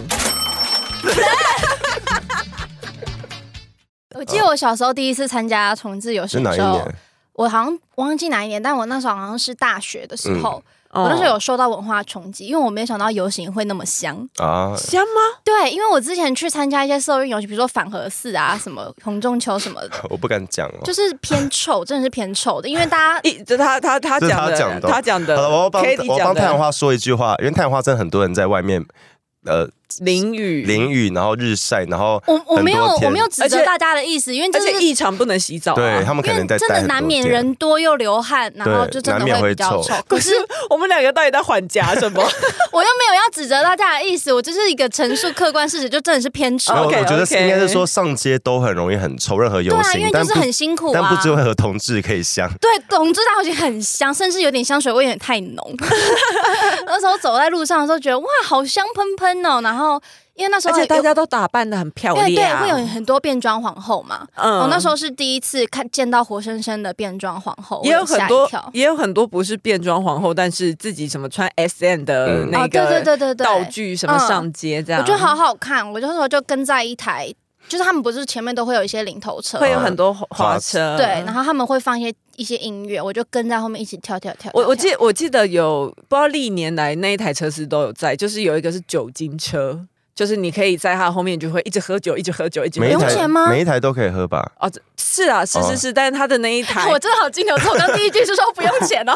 Speaker 2: 我记得我小时候第一次参加同志游
Speaker 3: 是
Speaker 2: 行的
Speaker 3: 哪一
Speaker 2: 时候，
Speaker 3: 年？嗯
Speaker 2: 我好像忘记哪一年，但我那时候好像是大学的时候，我那时候有受到文化冲击，因为我没有想到游行会那么香。
Speaker 3: 啊，
Speaker 1: 香吗？
Speaker 2: 对，因为我之前去参加一些社运游行，比如说反核四啊、什么红中秋什么的，
Speaker 3: 我不敢讲哦。
Speaker 2: 就是偏臭，真的是偏臭的，因为大家。
Speaker 1: 一这他他他
Speaker 3: 这是
Speaker 1: 讲
Speaker 3: 他讲的
Speaker 1: 他讲的，
Speaker 3: 好了，我要帮
Speaker 1: k a t i
Speaker 3: 我
Speaker 1: 讲
Speaker 3: 帮太阳
Speaker 1: 的
Speaker 3: 花说一句话，因为太阳花真的很多人在外面，呃，
Speaker 1: 淋雨，
Speaker 3: 淋雨，然后日晒，然后
Speaker 2: 我我没有
Speaker 3: 很多天
Speaker 2: 我没有指
Speaker 1: 而且
Speaker 2: 责大家的意思，因为这
Speaker 1: 而
Speaker 2: 是
Speaker 1: 且异常不能洗澡、啊。
Speaker 3: 对他们可
Speaker 2: 因为
Speaker 3: 能在
Speaker 2: 真
Speaker 3: 待
Speaker 2: 的
Speaker 3: 很多
Speaker 2: 难免
Speaker 3: 天
Speaker 2: 人多又流汗，然后
Speaker 3: 对
Speaker 2: 就真的
Speaker 3: 难免
Speaker 2: 会
Speaker 3: 会
Speaker 2: 比较
Speaker 3: 臭
Speaker 2: 臭。可是
Speaker 1: 我们两个到底在还价什么？
Speaker 2: 我又没有要指责大家的意思，我就是一个陈述客观事实，就真的是偏臭
Speaker 3: 没。有，
Speaker 1: OK，
Speaker 3: 我觉得
Speaker 1: OK
Speaker 3: 应该是说上街都很容易很臭，任何游
Speaker 2: 对啊，因
Speaker 3: 行
Speaker 2: 为，就
Speaker 3: 但
Speaker 2: 是
Speaker 3: 不
Speaker 2: 很辛苦
Speaker 3: 但
Speaker 2: 啊
Speaker 3: 不。知为何同志可以香。
Speaker 2: 对，总之它已经很香，甚至有点香水味，有点太浓。那时候走在路上的时候，觉得哇，好香喷喷哦。然后因为那时
Speaker 1: 而
Speaker 2: 候
Speaker 1: 且大
Speaker 2: 有
Speaker 1: 家都打扮的很漂
Speaker 2: 因为对
Speaker 1: 亮，啊
Speaker 2: 会有很多变装皇后嘛。
Speaker 1: 嗯
Speaker 2: 我、那时候是第一次看见到活生生的变装皇后，
Speaker 1: 也有很
Speaker 2: 我
Speaker 1: 多
Speaker 2: 吓一跳，
Speaker 1: 也有很多不是变装皇后，但是自己什么穿 S M 的
Speaker 3: 嗯
Speaker 1: 那
Speaker 2: 哦，对对
Speaker 1: 个
Speaker 2: 对对对，
Speaker 1: 道具什么
Speaker 2: 嗯
Speaker 1: 上街这样，
Speaker 2: 我觉得好好看。我那时候就跟在一台，就是他们不是前面都会有一些领头车，
Speaker 1: 会有很多花车，
Speaker 2: 对，然后他们会放一些一些音乐，我就跟在后面一起跳跳跳。
Speaker 1: 我我
Speaker 2: 跳
Speaker 1: 记我记得有不知道历年来那一台车是都有在，就是有一个是酒精车，就是你可以在它后面就会一直喝酒，一直喝酒，一直喝
Speaker 3: 每一
Speaker 1: 酒
Speaker 2: 不用
Speaker 3: 台
Speaker 2: 钱吗，
Speaker 3: 每一台都可以喝吧？
Speaker 1: 哦，这是啊，是是是，但是它的那一台
Speaker 2: 我真的好金牛座，我刚第一句是说不用 钱哦。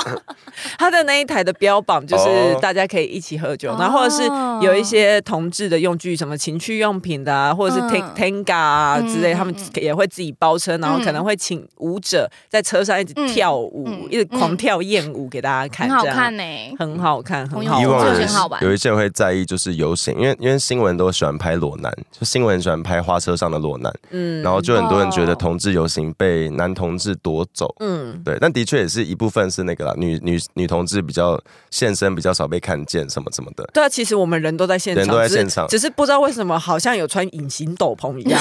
Speaker 1: 它的那一台的标榜就是
Speaker 3: 哦
Speaker 1: 大家可以一起喝酒，
Speaker 2: 哦
Speaker 1: 然后或者是有一些同志的用具，什么情趣用品的啊，或者是
Speaker 2: 嗯
Speaker 1: Tank Tanga 啊
Speaker 2: 嗯
Speaker 1: 之类，
Speaker 2: 嗯
Speaker 1: 他们也会自己包车，然后可能会请舞者在车上一直跳舞，
Speaker 2: 嗯嗯
Speaker 1: 一直狂跳艳舞给大家看，
Speaker 2: 很好
Speaker 1: 这样
Speaker 2: 看欸呢、
Speaker 1: 很好看，很好
Speaker 2: 哦
Speaker 3: 以
Speaker 2: 我
Speaker 3: 往
Speaker 2: 觉得
Speaker 3: 有
Speaker 2: 很
Speaker 3: 一
Speaker 2: 好玩
Speaker 3: 有一些人会在意就是游行，因为因为新闻都喜欢拍裸男，就新闻喜欢拍花车上的裸男，
Speaker 1: 嗯
Speaker 3: 然后就很多人觉得
Speaker 2: 哦
Speaker 3: 同志游行被男同志夺走。
Speaker 1: 嗯，
Speaker 3: 对，但的确也是一部分是那个啦，女女女同志比较现身比较少被看见什么什么的，
Speaker 1: 对啊，其实我们人都在现场，
Speaker 3: 人都在
Speaker 1: 只是
Speaker 3: 现场
Speaker 1: 只是不知道为什么好像有穿隐形斗篷一 样。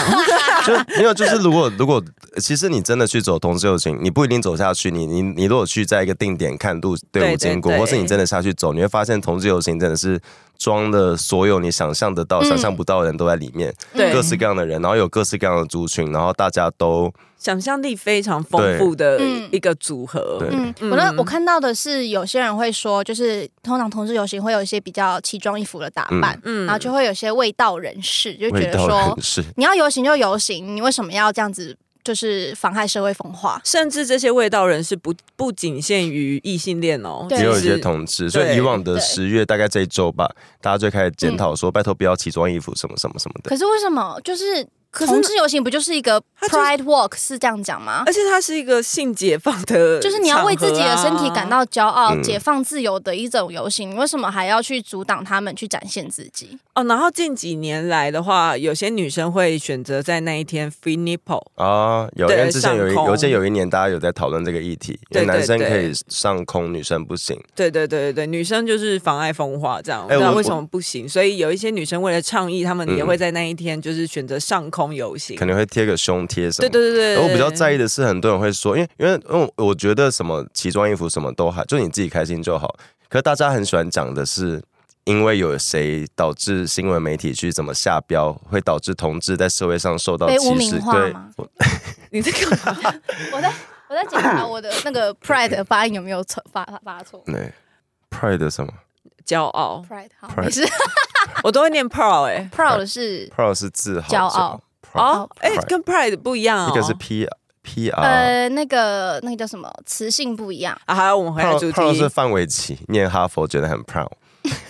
Speaker 3: 就没有就是如果如果其实你真的去走同志游行，你不一定走下去，你你你如果去在一个定点看路队
Speaker 1: 对
Speaker 3: 伍经过，
Speaker 1: 对对
Speaker 3: 或是你真的下去走，你会发现同志游行真的是装了所有你想象得到、
Speaker 2: 嗯
Speaker 3: 想象不到的人都在里面，
Speaker 1: 对
Speaker 3: 各式各样的人，然后有各式各样的族群，然后大家都
Speaker 1: 想象力非常丰富的
Speaker 2: 嗯
Speaker 1: 一个组合。
Speaker 3: 对
Speaker 2: 嗯，
Speaker 1: 嗯
Speaker 2: 我那我看到的是有些人会说，就是通常同志游行会有一些比较奇装异服的打扮，
Speaker 1: 嗯
Speaker 2: 然后就会有些味道人士就
Speaker 3: 味
Speaker 2: 觉得
Speaker 3: 道
Speaker 2: 说
Speaker 3: 很，是。
Speaker 2: 你要游行就游行，你为什么要这样子就是妨害社会风化？
Speaker 1: 甚至这些味道人是不不仅限于异性恋哦，
Speaker 2: 对
Speaker 3: 也有
Speaker 1: 就
Speaker 3: 一
Speaker 1: 是
Speaker 3: 些同志，所以
Speaker 1: 对
Speaker 3: 以往的
Speaker 2: 对
Speaker 3: 十月大概这一周吧，大家就开始检讨说，拜托不要奇装异服什么什么什么的。
Speaker 2: 可是为什么就是？
Speaker 1: 可是
Speaker 2: 同志游行不就是一个
Speaker 1: 它就是
Speaker 2: Pride Walk 是这样讲吗？
Speaker 1: 而且它是一个性解放的、啊
Speaker 2: 就是你要为自己的身体感。到骄傲、
Speaker 3: 嗯
Speaker 2: 解放自由的一种游行，你为什么还要去阻挡他们去展现自己？
Speaker 1: 哦，然后近几年来的话，有些女生会选择在那一天 free nipple，
Speaker 3: 啊，有，因
Speaker 1: 对
Speaker 3: 为之前有一
Speaker 1: 上空
Speaker 3: 有一有一年大家有在讨论这个议题，因
Speaker 1: 对
Speaker 3: 为
Speaker 1: 对
Speaker 3: 男生可
Speaker 1: 对
Speaker 3: 以上空，女生不行。
Speaker 1: 对对对对对，女生就是妨碍风化这样，
Speaker 3: 哎
Speaker 1: 那、
Speaker 3: 我嗯
Speaker 1: 为什么不行？所以有一些女生为了倡议，她们也会在那一天就是选择上空游行。
Speaker 3: 可能会贴个胸贴什
Speaker 1: 对
Speaker 3: 么。
Speaker 1: 对对对，
Speaker 3: 我比较在
Speaker 1: 意
Speaker 3: 意的是，很多人会说，因为因为因为我觉得什么奇装异服什么都还，就你自己开心就好。可是大家很喜欢讲的是，因为有谁导致新闻媒体去怎么下标，会导致同志在社会上受到
Speaker 2: 被污
Speaker 3: 歧视。
Speaker 2: 名化
Speaker 3: 哦对，
Speaker 2: 吗？
Speaker 1: 你在干嘛？
Speaker 2: 我在我在检查我的那 个 Pride 的发音有没有错发发发错
Speaker 3: 对，Pride 什么
Speaker 1: 骄傲，
Speaker 2: ？Pride 好，
Speaker 3: 嗯 Pride
Speaker 2: 没事。
Speaker 1: 我都会念 proud 哎、
Speaker 2: Proud 是
Speaker 3: Pride 是自豪，
Speaker 2: 骄傲。
Speaker 1: 哦，哎、
Speaker 3: Pride
Speaker 1: 跟 pride 不一样哦。
Speaker 3: 一个是 P P R，
Speaker 2: 呃那个那个叫什么词性不一样。
Speaker 1: 啊，好，我们回到主
Speaker 3: Proud Proud 是
Speaker 1: 题。
Speaker 3: 范玮琪，念哈佛觉得很 proud。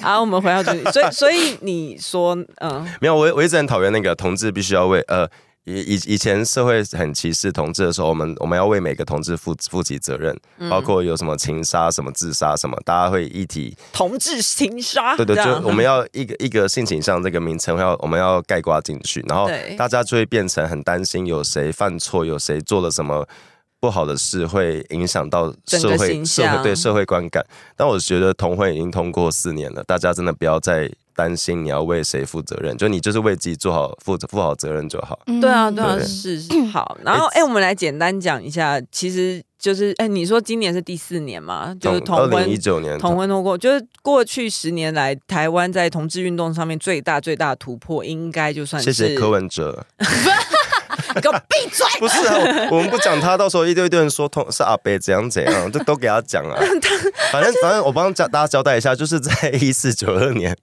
Speaker 1: 啊，我们回到主题。所以，所以你说，嗯，
Speaker 3: 没有，我我一直很讨厌那个同志必须要为呃。以以以前社会很歧视同志的时候，我们我们要为每个同志负负起责任，
Speaker 1: 嗯
Speaker 3: 包括有什么情杀、什么自杀、什么，大家会一体，
Speaker 1: 同志情杀，
Speaker 3: 对对，
Speaker 1: 啊这
Speaker 3: 就
Speaker 1: 样嗯
Speaker 3: 我们要一个一个性倾向这个名称要我们要盖挂进去，然后
Speaker 1: 对
Speaker 3: 大家就会变成很担心有谁犯错，有谁做了什么不好的事，会影响到
Speaker 1: 整
Speaker 3: 社
Speaker 1: 个
Speaker 3: 会
Speaker 1: 形
Speaker 3: 社
Speaker 1: 象
Speaker 3: 会对社会观感。但我觉得同婚已经通过四年了，大家真的不要再担心你要为谁负责任，就你就是为自己做好负负好责任就好。
Speaker 2: 嗯
Speaker 1: 对啊，对啊，
Speaker 3: 对
Speaker 1: 是是好。然后，哎、我们来简单讲一下，其实就是，哎、你说今年是第四年嘛，就是
Speaker 3: 从二
Speaker 1: 同
Speaker 3: 零一
Speaker 1: 婚。
Speaker 3: 九年
Speaker 1: 同婚通过，就是过去十年来，台湾在 同志运动上面最大最大的突破，应该就算
Speaker 3: 谢
Speaker 1: 是
Speaker 3: 谢柯文哲，
Speaker 1: 你给我闭嘴！
Speaker 3: 不是啊，我我们不讲他，到时候一堆一堆人说通是阿北怎样怎样，就都给他讲啊。 反正反正我帮大大家交代一下，就是在一四九二年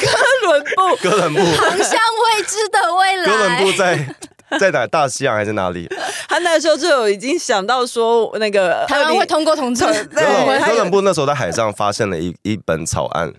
Speaker 1: 哥伦布
Speaker 3: 哥伦布，
Speaker 2: 航向未知的未来。
Speaker 3: 哥伦 布在在哪？大西洋还是哪里？
Speaker 1: 他那时候就已经想到说那个
Speaker 2: 台 湾会通过同志，
Speaker 1: 对
Speaker 3: 哥伦
Speaker 1: 他
Speaker 3: 哥
Speaker 1: 有
Speaker 3: 伦布那时候在海上发现了一一本草案，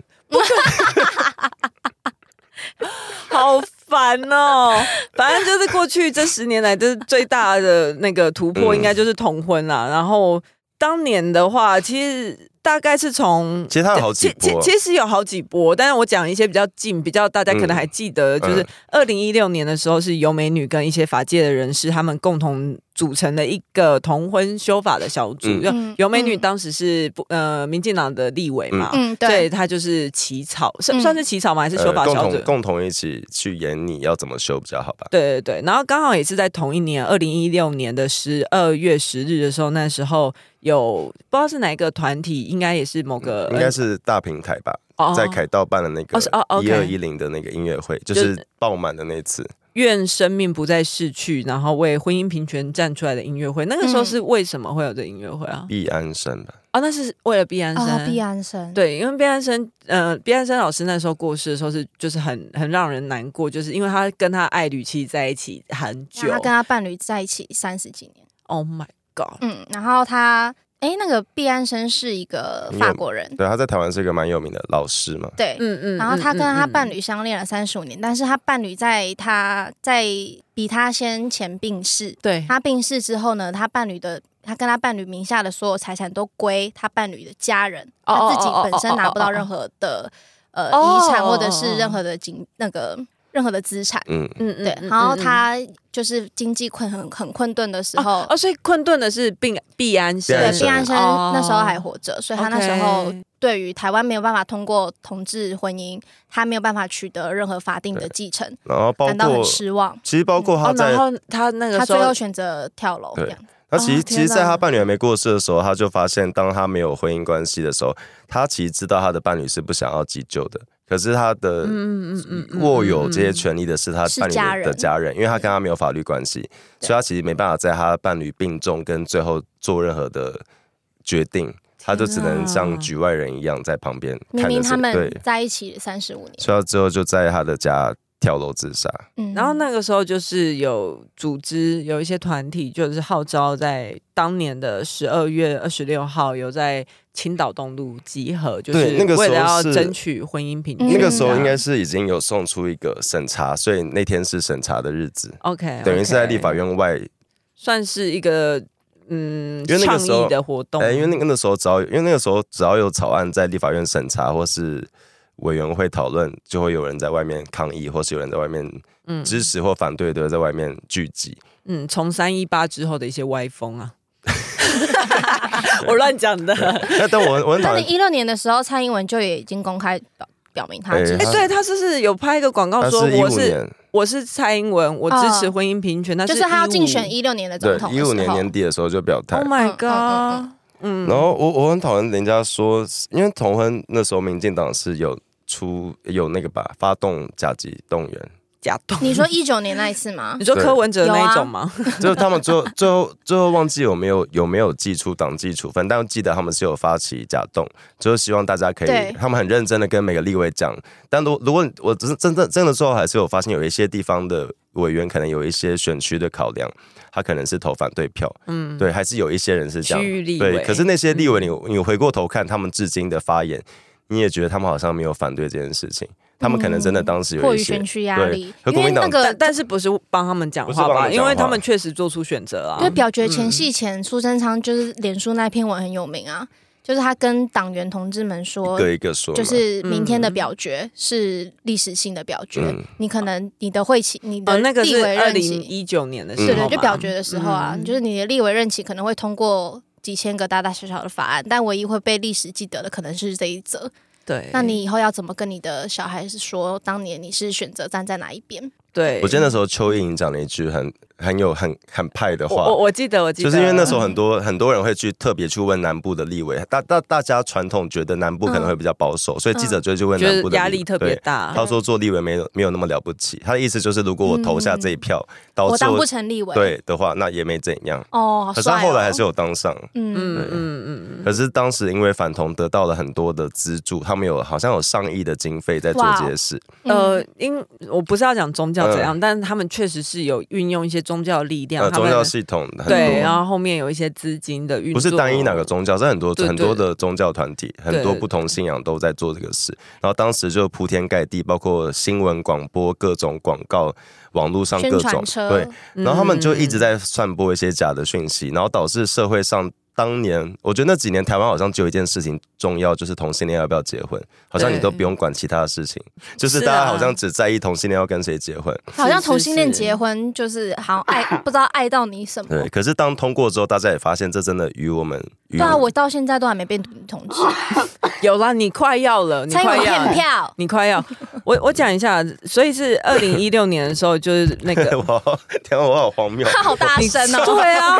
Speaker 1: 好烦哦！反正就是过去这十年来，就是最大的那个突破，
Speaker 3: 嗯
Speaker 1: 应该就是同婚啦。然后当年的话，其实大概是从。
Speaker 3: 其实他有好几
Speaker 1: 呃其
Speaker 3: 波啊嗯
Speaker 1: 其。其实有好几波，但是我讲一些比较近、比较大家可能还记得，就是二零一六年的时候，是由美女跟一些法界的人士他们共同组成的一个同婚修法的小组。
Speaker 3: 嗯
Speaker 1: 就
Speaker 2: 嗯
Speaker 1: 尤美女
Speaker 2: 嗯
Speaker 1: 当时是不呃民进党的立委嘛，
Speaker 2: 嗯，
Speaker 1: 所
Speaker 2: 对
Speaker 1: 以，她就是起草，算
Speaker 2: 嗯
Speaker 1: 算是起草吗？还是修法
Speaker 3: 呃共
Speaker 1: 小组？
Speaker 3: 同共同一起去演，你要怎么修比较好吧？
Speaker 1: 对对对，然后刚好也是在同一年，二零一六年的十二月十日的时候，那时候有不知道是哪一个团体，应该也是某个，
Speaker 3: 嗯应该是大平台吧，
Speaker 1: 呃哦
Speaker 3: 在凯道办的那个
Speaker 1: 哦是哦，OK
Speaker 3: 一二一零的那个音乐会，就
Speaker 1: 就是
Speaker 3: 爆满的那次。
Speaker 1: 愿生命不再逝去，然后为婚姻平权站出来的音乐会。那个时
Speaker 2: 嗯
Speaker 1: 候是为什么会有这音乐会啊？
Speaker 3: 毕安山吧，
Speaker 1: 哦，那是为了毕安生。
Speaker 2: 啊，毕安生，
Speaker 1: 对，因为毕安生，呃，毕安生老师那时候过世的时候是，就是很很让人难过，就是因为他跟他爱侣妻在一起很
Speaker 2: 那
Speaker 1: 久
Speaker 2: 他跟他伴侣在一起三十几年，
Speaker 1: ，Oh my God，
Speaker 2: 嗯，然后他，哎，那个毕安生是一个法国人，
Speaker 3: 对，他在台湾是一个蛮有名的老师嘛。
Speaker 2: 对，
Speaker 1: 嗯嗯
Speaker 2: 然后他跟他伴
Speaker 1: 侣，
Speaker 2: 侣相恋了三十五年，但是他伴侣在他在比他先前病逝，
Speaker 1: 对，
Speaker 2: 他病逝之后呢，他伴侣的。他跟他伴侣名下的所有财产都归他伴侣的家人，
Speaker 1: 哦
Speaker 2: 他
Speaker 1: 哦
Speaker 2: 自己
Speaker 1: 哦哦
Speaker 2: 本身
Speaker 1: 哦
Speaker 2: 拿
Speaker 1: 哦
Speaker 2: 不到
Speaker 1: 哦
Speaker 2: 任何的呃
Speaker 1: 哦
Speaker 2: 遗产或者
Speaker 1: 哦哦
Speaker 2: 是
Speaker 1: 哦
Speaker 2: 任何的金那个任何的资产。
Speaker 3: 嗯，
Speaker 1: 嗯嗯
Speaker 2: 对，然后他就是经济困很很困顿的时候
Speaker 1: 哦，哦，所以困顿的是病毕安生，
Speaker 3: 对
Speaker 2: 对，毕安生
Speaker 1: 哦
Speaker 2: 那时候还活着，所以他那时候
Speaker 1: OK
Speaker 2: 对于台湾没有办法通过同志婚姻，他没有办法取得任何法定的继承，
Speaker 3: 然后包
Speaker 2: 感到
Speaker 3: 括
Speaker 2: 很失望。
Speaker 3: 其实包括他
Speaker 1: 哦，
Speaker 3: 在
Speaker 1: 然后他那个
Speaker 2: 他
Speaker 1: 时
Speaker 2: 最
Speaker 1: 候
Speaker 2: 后选择跳楼，
Speaker 3: 对
Speaker 2: 这样
Speaker 3: 他其
Speaker 1: 哦
Speaker 3: 实
Speaker 1: 天
Speaker 3: 其实，在
Speaker 1: 哪
Speaker 3: 他伴侣还没过世的时候，他就发现，当他没有婚姻关系的时候，他其实知道他的伴侣是不想要急救的，可是他的
Speaker 1: 嗯嗯嗯嗯
Speaker 3: 握有这些权利的是他伴
Speaker 2: 是家
Speaker 3: 侣
Speaker 2: 人
Speaker 3: 的的家人，因为他跟他没有法律关系，
Speaker 2: 对
Speaker 3: 所以他其实没办法在他伴侣病重跟最后做任何的决定，他就只能像局外人一样在旁边
Speaker 2: 明
Speaker 3: 看
Speaker 2: 明
Speaker 3: 着
Speaker 2: 他
Speaker 3: 谁。
Speaker 2: 们
Speaker 3: 对，
Speaker 2: 在一起三十五年，
Speaker 3: 所以他最后就在他的家跳楼自杀。
Speaker 2: 嗯，
Speaker 1: 然后那个时候就是有组织有一些团体，就是号召在当年的十二月二十六号有在青岛东路集合，就是
Speaker 3: 对那个时候
Speaker 1: 为了要
Speaker 3: 是
Speaker 1: 争取婚姻平权。
Speaker 2: 嗯
Speaker 3: 那个时候应该是已经有送出一个审查，所以那天是审查的日子。
Speaker 1: OK，
Speaker 3: 等于是在立法
Speaker 1: 院，
Speaker 3: 院外，哎
Speaker 1: 算是一个嗯
Speaker 3: 因为那
Speaker 1: 倡
Speaker 3: 个时候
Speaker 1: 议的活动。嗯
Speaker 3: 哎、因为那个那时候只要有因为那个时候只要有草案在立法院审查或是委员会讨论，就会有人在外面抗议，或是有人在外面
Speaker 1: 嗯
Speaker 3: 支持或反对的在外面聚 集。
Speaker 1: 嗯，从三一八之后的一些歪风 啊，我乱讲的。
Speaker 3: 那但我我很
Speaker 2: 二
Speaker 3: 讨
Speaker 2: 零
Speaker 3: 厌，
Speaker 2: 一六年的时候，蔡英文就也已经公开表表明他
Speaker 3: 哎
Speaker 2: 支
Speaker 1: 哎、
Speaker 2: 持，
Speaker 1: 对他就是有拍一个广告
Speaker 3: 他
Speaker 1: 说
Speaker 3: 是一
Speaker 1: 我
Speaker 3: 五
Speaker 1: 是
Speaker 3: 年，
Speaker 1: 我是蔡英文，我支持
Speaker 2: 哦
Speaker 1: 婚姻平权，但
Speaker 2: 就是他要竞选
Speaker 1: 15。
Speaker 2: 一六年的总
Speaker 3: 对
Speaker 2: 统，的
Speaker 3: 一
Speaker 2: 时候
Speaker 3: 五年年底的时候就表态
Speaker 1: Oh。my
Speaker 2: 嗯嗯
Speaker 1: god！嗯，
Speaker 3: 然后我我很讨厌人家说，因为同婚那时候民进党是有出有那个吧，发动甲级动员，
Speaker 1: 假动，
Speaker 2: 你说一九年那一次吗
Speaker 1: 你？说
Speaker 3: 对
Speaker 1: 柯文哲那一种吗？
Speaker 2: 啊
Speaker 3: 就是他们最后 最后最后忘记有没有有没有寄出党纪处分，但我记得他们是有发起假动，就是希望大家可
Speaker 2: 对
Speaker 3: 以，他们很认真的跟每个立委讲。但如如果我只是真正真的最后还是有发现有一些地方的委员可能有一些选区的考量，他可能是投反对票，
Speaker 1: 嗯，
Speaker 3: 对，还是有一些人是
Speaker 1: 区
Speaker 3: 这样。
Speaker 1: 域立委嗯
Speaker 3: 对，可是那些立委你，你回过头看他们至今的发言，你也觉得他们好像没有反对这件事情，他们可能真
Speaker 1: 嗯
Speaker 3: 的当时 有
Speaker 2: 迫
Speaker 3: 一
Speaker 2: 于
Speaker 3: 些
Speaker 2: 选区压
Speaker 3: 对
Speaker 2: 力，
Speaker 3: 和
Speaker 2: 因
Speaker 3: 国
Speaker 2: 为
Speaker 3: 民
Speaker 2: 那
Speaker 3: 党
Speaker 2: 个
Speaker 1: 但但 是不是帮他们讲话
Speaker 3: 不是帮他
Speaker 1: 吧？
Speaker 3: 们讲
Speaker 1: 因
Speaker 3: 话
Speaker 1: 为他们确实做出选择啊
Speaker 2: 因。为表决
Speaker 3: 嗯
Speaker 2: 前戏前，苏贞昌就是脸书那篇文很有名啊，就是他跟党员同志们
Speaker 3: 一
Speaker 2: 说，
Speaker 3: 个一个说嘛，
Speaker 2: 就是明天的
Speaker 1: 嗯
Speaker 2: 表决是历史性的表决，
Speaker 3: 嗯
Speaker 2: 你可能你的会期，你
Speaker 1: 哦，
Speaker 2: 的
Speaker 1: 那个
Speaker 2: 立
Speaker 1: 是
Speaker 2: 委
Speaker 1: 二
Speaker 2: 任
Speaker 1: 零
Speaker 2: 期，
Speaker 1: 一九年的时候嗯
Speaker 2: 对
Speaker 3: 嗯
Speaker 1: 嘛，
Speaker 2: 对，就表决的时候啊，就是你的立委任期可能会通过。几千个大大小小的法案，但唯一会被历史记得的可能是这一则。
Speaker 1: 对。
Speaker 2: 那你以后要怎么跟你的小孩说，当年你是选择站在哪一边？
Speaker 1: 对，
Speaker 3: 我记得那时候邱莹讲了一句很很有很很派的
Speaker 1: 我
Speaker 3: 话
Speaker 1: 我，我记得我记得，
Speaker 3: 就是因为那时候很多很多人会去特别去问南部的立委，大大大家传统觉得南部可能会比较保守，所以记者就会去
Speaker 1: 嗯
Speaker 3: 问
Speaker 1: 觉
Speaker 3: 南
Speaker 1: 得
Speaker 3: 部的立委
Speaker 1: 压力特别
Speaker 3: 对
Speaker 1: 大，
Speaker 3: 他说做立委没有没有那么了不起，他的意思就是如果我投下这一票，
Speaker 1: 嗯
Speaker 3: 导
Speaker 2: 我
Speaker 3: 致
Speaker 2: 当不成立委，，
Speaker 3: 哦对的话，那也没怎样。
Speaker 2: 哦，好
Speaker 3: 可是他
Speaker 2: 帅哦
Speaker 3: 后来还是有当上，
Speaker 2: 嗯，
Speaker 1: 嗯嗯嗯
Speaker 3: 可是当时因为反同得到了很多的资助，他们有好像有上亿的经费在做
Speaker 2: 哇
Speaker 3: 这些事。
Speaker 1: 嗯，呃，因我不是要讲宗教怎样，但是他们确实是有运用一些宗教力量，
Speaker 3: 嗯呃，
Speaker 1: 他
Speaker 3: 宗
Speaker 1: 们
Speaker 3: 教系统很
Speaker 1: 对，然
Speaker 3: 多，
Speaker 1: 后后面有一些资金的运作，
Speaker 3: 不是单一哪个宗教，是很多
Speaker 1: 对对
Speaker 3: 很多的宗教团体，很
Speaker 1: 对
Speaker 3: 多
Speaker 1: 对
Speaker 3: 不同信仰都在做这个事。然后当时就铺天盖地，包括新闻、广播、各种广告、网络上各
Speaker 2: 宣
Speaker 3: 种
Speaker 2: 传车，
Speaker 3: 对，
Speaker 1: 嗯，
Speaker 3: 然后他们就一直在散播一些假的讯息，然后导致社会上当年，我觉得那几年台湾好像只有一件事情重要，就是同性恋要不要结婚，好像你都不用管其他的事情，就是
Speaker 1: 是
Speaker 3: 大家
Speaker 1: 啊
Speaker 3: 好像只在意同性恋要跟谁结婚。
Speaker 2: 好像同性恋
Speaker 1: 是是
Speaker 2: 结婚就是好像 爱不知道爱到你什么。
Speaker 3: 对，可是当通过之后，大家也发现这真的与我们与
Speaker 2: 对啊，我到现在都还没变女同 志，
Speaker 1: 有啦，你快要了，你
Speaker 2: 蔡英
Speaker 1: 快
Speaker 2: 文
Speaker 1: 要
Speaker 2: 骗
Speaker 1: 了。
Speaker 2: 票，
Speaker 1: 你快要，我我讲一下，所以是二零一六年的时候，就是那 个
Speaker 3: 我好天啊，我好 荒谬。
Speaker 2: 他好大
Speaker 1: 你
Speaker 2: 声哦！
Speaker 1: 对啊，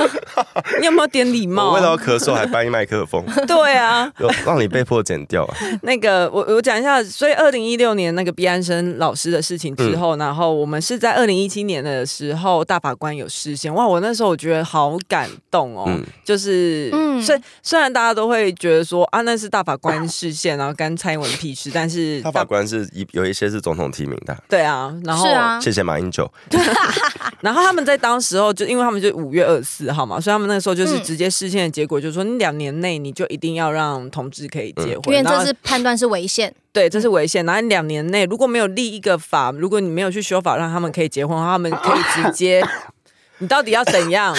Speaker 1: 你有没有点礼
Speaker 3: 我
Speaker 1: 貌
Speaker 3: 为？了要咳嗽还搬麦 克风，
Speaker 1: 对啊，
Speaker 3: 让你被迫剪掉。啊
Speaker 1: 那个我我讲一下，所以二零一六年那个毕安生老师的事情
Speaker 3: 嗯
Speaker 1: 之后，然后我们是在二零一七年的时候，大法官有视线，哇，我那时候我觉得好感动哦，
Speaker 3: 嗯
Speaker 1: 就是，
Speaker 2: 嗯
Speaker 1: 虽虽然大家都会觉得说啊，那是大法官视线，然后干蔡英文屁事，但是
Speaker 3: 大法官是一有一些是总统提名的，
Speaker 1: 对啊，然后
Speaker 2: 是啊，
Speaker 3: 谢谢马 英九。
Speaker 1: 然后他们在当时候就，因为他们就五月二十四号嘛，所以他们那时候就是
Speaker 2: 嗯
Speaker 1: 直接视线的结果，就是说你两年内你就一定要让同志可以结
Speaker 2: 因
Speaker 1: 婚，
Speaker 2: 为
Speaker 1: 然
Speaker 2: 这
Speaker 1: 后
Speaker 2: 嗯是判断是违宪，
Speaker 1: 对，这是违宪。然后你两年内如果没有立一个法，如果你没有去修法让他们可以结婚的话，他们可以直接，你到底要怎样？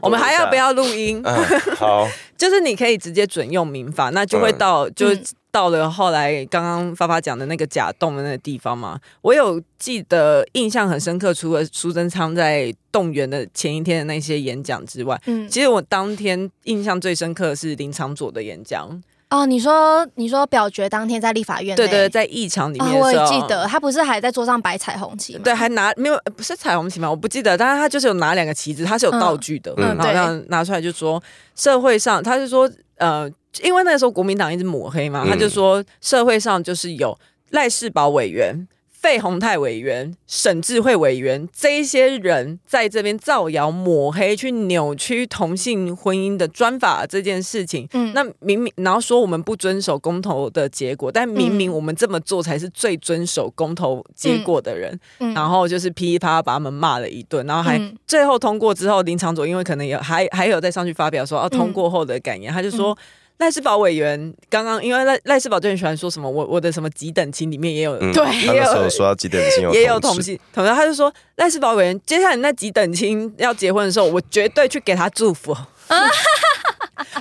Speaker 1: 我们还要不要录音？
Speaker 3: 嗯，好，
Speaker 1: 就是你可以直接准用民法，那就会到、就
Speaker 2: 嗯
Speaker 1: 到了后来刚刚发发讲的那个假洞的那个地方嘛。我有记得印象很深刻，除了苏贞昌在动员的前一天的那些演讲之外，
Speaker 2: 嗯，
Speaker 1: 其实我当天印象最深刻的是林长佐的演讲。
Speaker 2: 哦，你说你说表决当天在立法院内，
Speaker 1: 对对，在议场里
Speaker 2: 啊、
Speaker 1: 面
Speaker 2: 我
Speaker 1: 的时
Speaker 2: 也
Speaker 1: 候，
Speaker 2: 记得，他不是还在桌上摆彩虹旗吗？
Speaker 1: 对，还拿没有呃不是彩虹旗嘛？我不记得，但是他就是有拿两个旗子，他是有道具的，
Speaker 3: 嗯嗯
Speaker 1: 然后
Speaker 2: 对
Speaker 1: 让拿出来就说社会上，他就说呃，因为那时候国民党一直抹黑嘛，
Speaker 3: 嗯
Speaker 1: 他就说社会上就是有赖世宝委员。费鸿泰委员、沈智慧委员这一些人在这边造谣、抹黑、去扭曲同性婚姻的专法这件事情，
Speaker 2: 嗯
Speaker 1: 那明明然后说我们不遵守公投的结果，但明明
Speaker 2: 嗯
Speaker 1: 我们这么做才是最遵守公投结果的人，
Speaker 2: 嗯
Speaker 1: 然后就是噼里啪啦把他们骂了一顿，然后还、
Speaker 2: 嗯
Speaker 1: 最后通过之后，林长佐因为可能也还还有再上去发表说哦、通过后的感言，他就说。
Speaker 2: 嗯
Speaker 1: 赖世宝委员刚刚，因为赖赖世宝就很喜欢说什么我我的什么几等亲里面也有、
Speaker 3: 嗯，
Speaker 2: 对
Speaker 3: 他那时候说要几点进有
Speaker 1: 也有
Speaker 3: 同
Speaker 1: 同
Speaker 3: 事
Speaker 1: 性同性，他就说赖世宝委员，接下来你那几等亲要结婚的时候，我绝对去给他祝 福。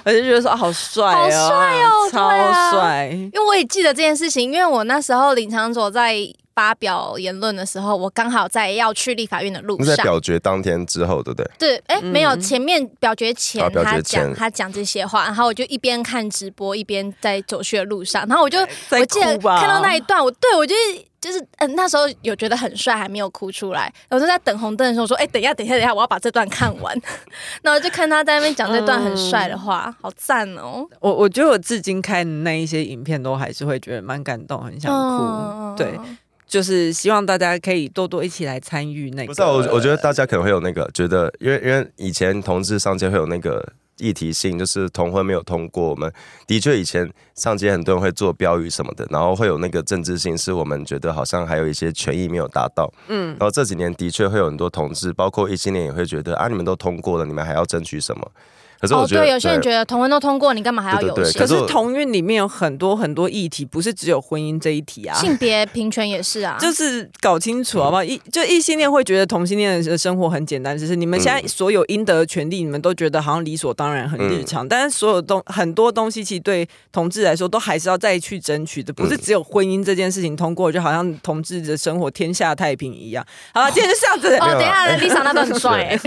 Speaker 1: 我就觉得说啊好帅哦，
Speaker 2: 好帅哦
Speaker 1: 超
Speaker 2: 对啊
Speaker 1: 帅，
Speaker 2: 因为我也记得这件事情，因为我那时候林长佐在发表言论的时候，我刚好在要去立法院的路
Speaker 3: 那在
Speaker 2: 上。
Speaker 3: 表决当天之后，对不对？
Speaker 2: 对，哎，没有，
Speaker 1: 嗯
Speaker 2: 前面表决前
Speaker 3: 啊表决
Speaker 2: 他讲
Speaker 3: 前
Speaker 2: 他讲这些话，然后我就一边看直播一边在走去的路上，然后我就
Speaker 1: 在
Speaker 2: 我记得
Speaker 1: 哭吧
Speaker 2: 看到那一段，我对我就是就是嗯、呃那时候有觉得很帅，还没有哭出来。我就在等红灯的时候说，哎、等一下，等一下，等一下，我要把这段看完。 然后就看他在那边讲这段很帅的话，
Speaker 3: 嗯
Speaker 2: 好赞哦！
Speaker 1: 我我觉得我至今看那一些影片都还是会觉得蛮感动，很想哭。
Speaker 2: 嗯
Speaker 1: 对，就是希望大家可以多多一起来参与那个。
Speaker 3: 不知道，我我觉得大家可能会有那个觉得，因为因为以前同志上街会有那个议题性，就是同婚没有通过，我们的确以前上街很多人会做标语什么的，然后会有那个政治性，是我们觉得好像还有一些权益没有达到。嗯，然后这几年的确会有很多同志，包括一七年也会觉得啊，你们都通过了，你们还要争取什么？可是我
Speaker 2: 哦，
Speaker 3: 觉得，
Speaker 2: 对，有些人觉得同婚都通过，你干嘛还要
Speaker 3: 对
Speaker 2: 游
Speaker 3: 对对
Speaker 2: 行
Speaker 1: 可？
Speaker 3: 可是
Speaker 1: 是
Speaker 3: 我
Speaker 1: 同运里面有很多很多议题，不是只有婚姻这一题啊。
Speaker 2: 性别平权也是啊，
Speaker 1: 就是搞清楚好不好？异就异性恋会觉得同性恋的生活很简单，就是你们
Speaker 3: 嗯
Speaker 1: 现在所有应得的权利，你们都觉得好像理所当然、很日
Speaker 3: 嗯
Speaker 1: 常。但是所有东很多东西，其实对同志来说，都还是要再去争取的，不
Speaker 3: 嗯
Speaker 1: 是只有婚姻这件事情通过，就好像同志的生活天下太平一样。好了，今天就这样子。
Speaker 2: 哦，
Speaker 3: 没有啊
Speaker 2: 等一下，Lisa 那段很帅、欸，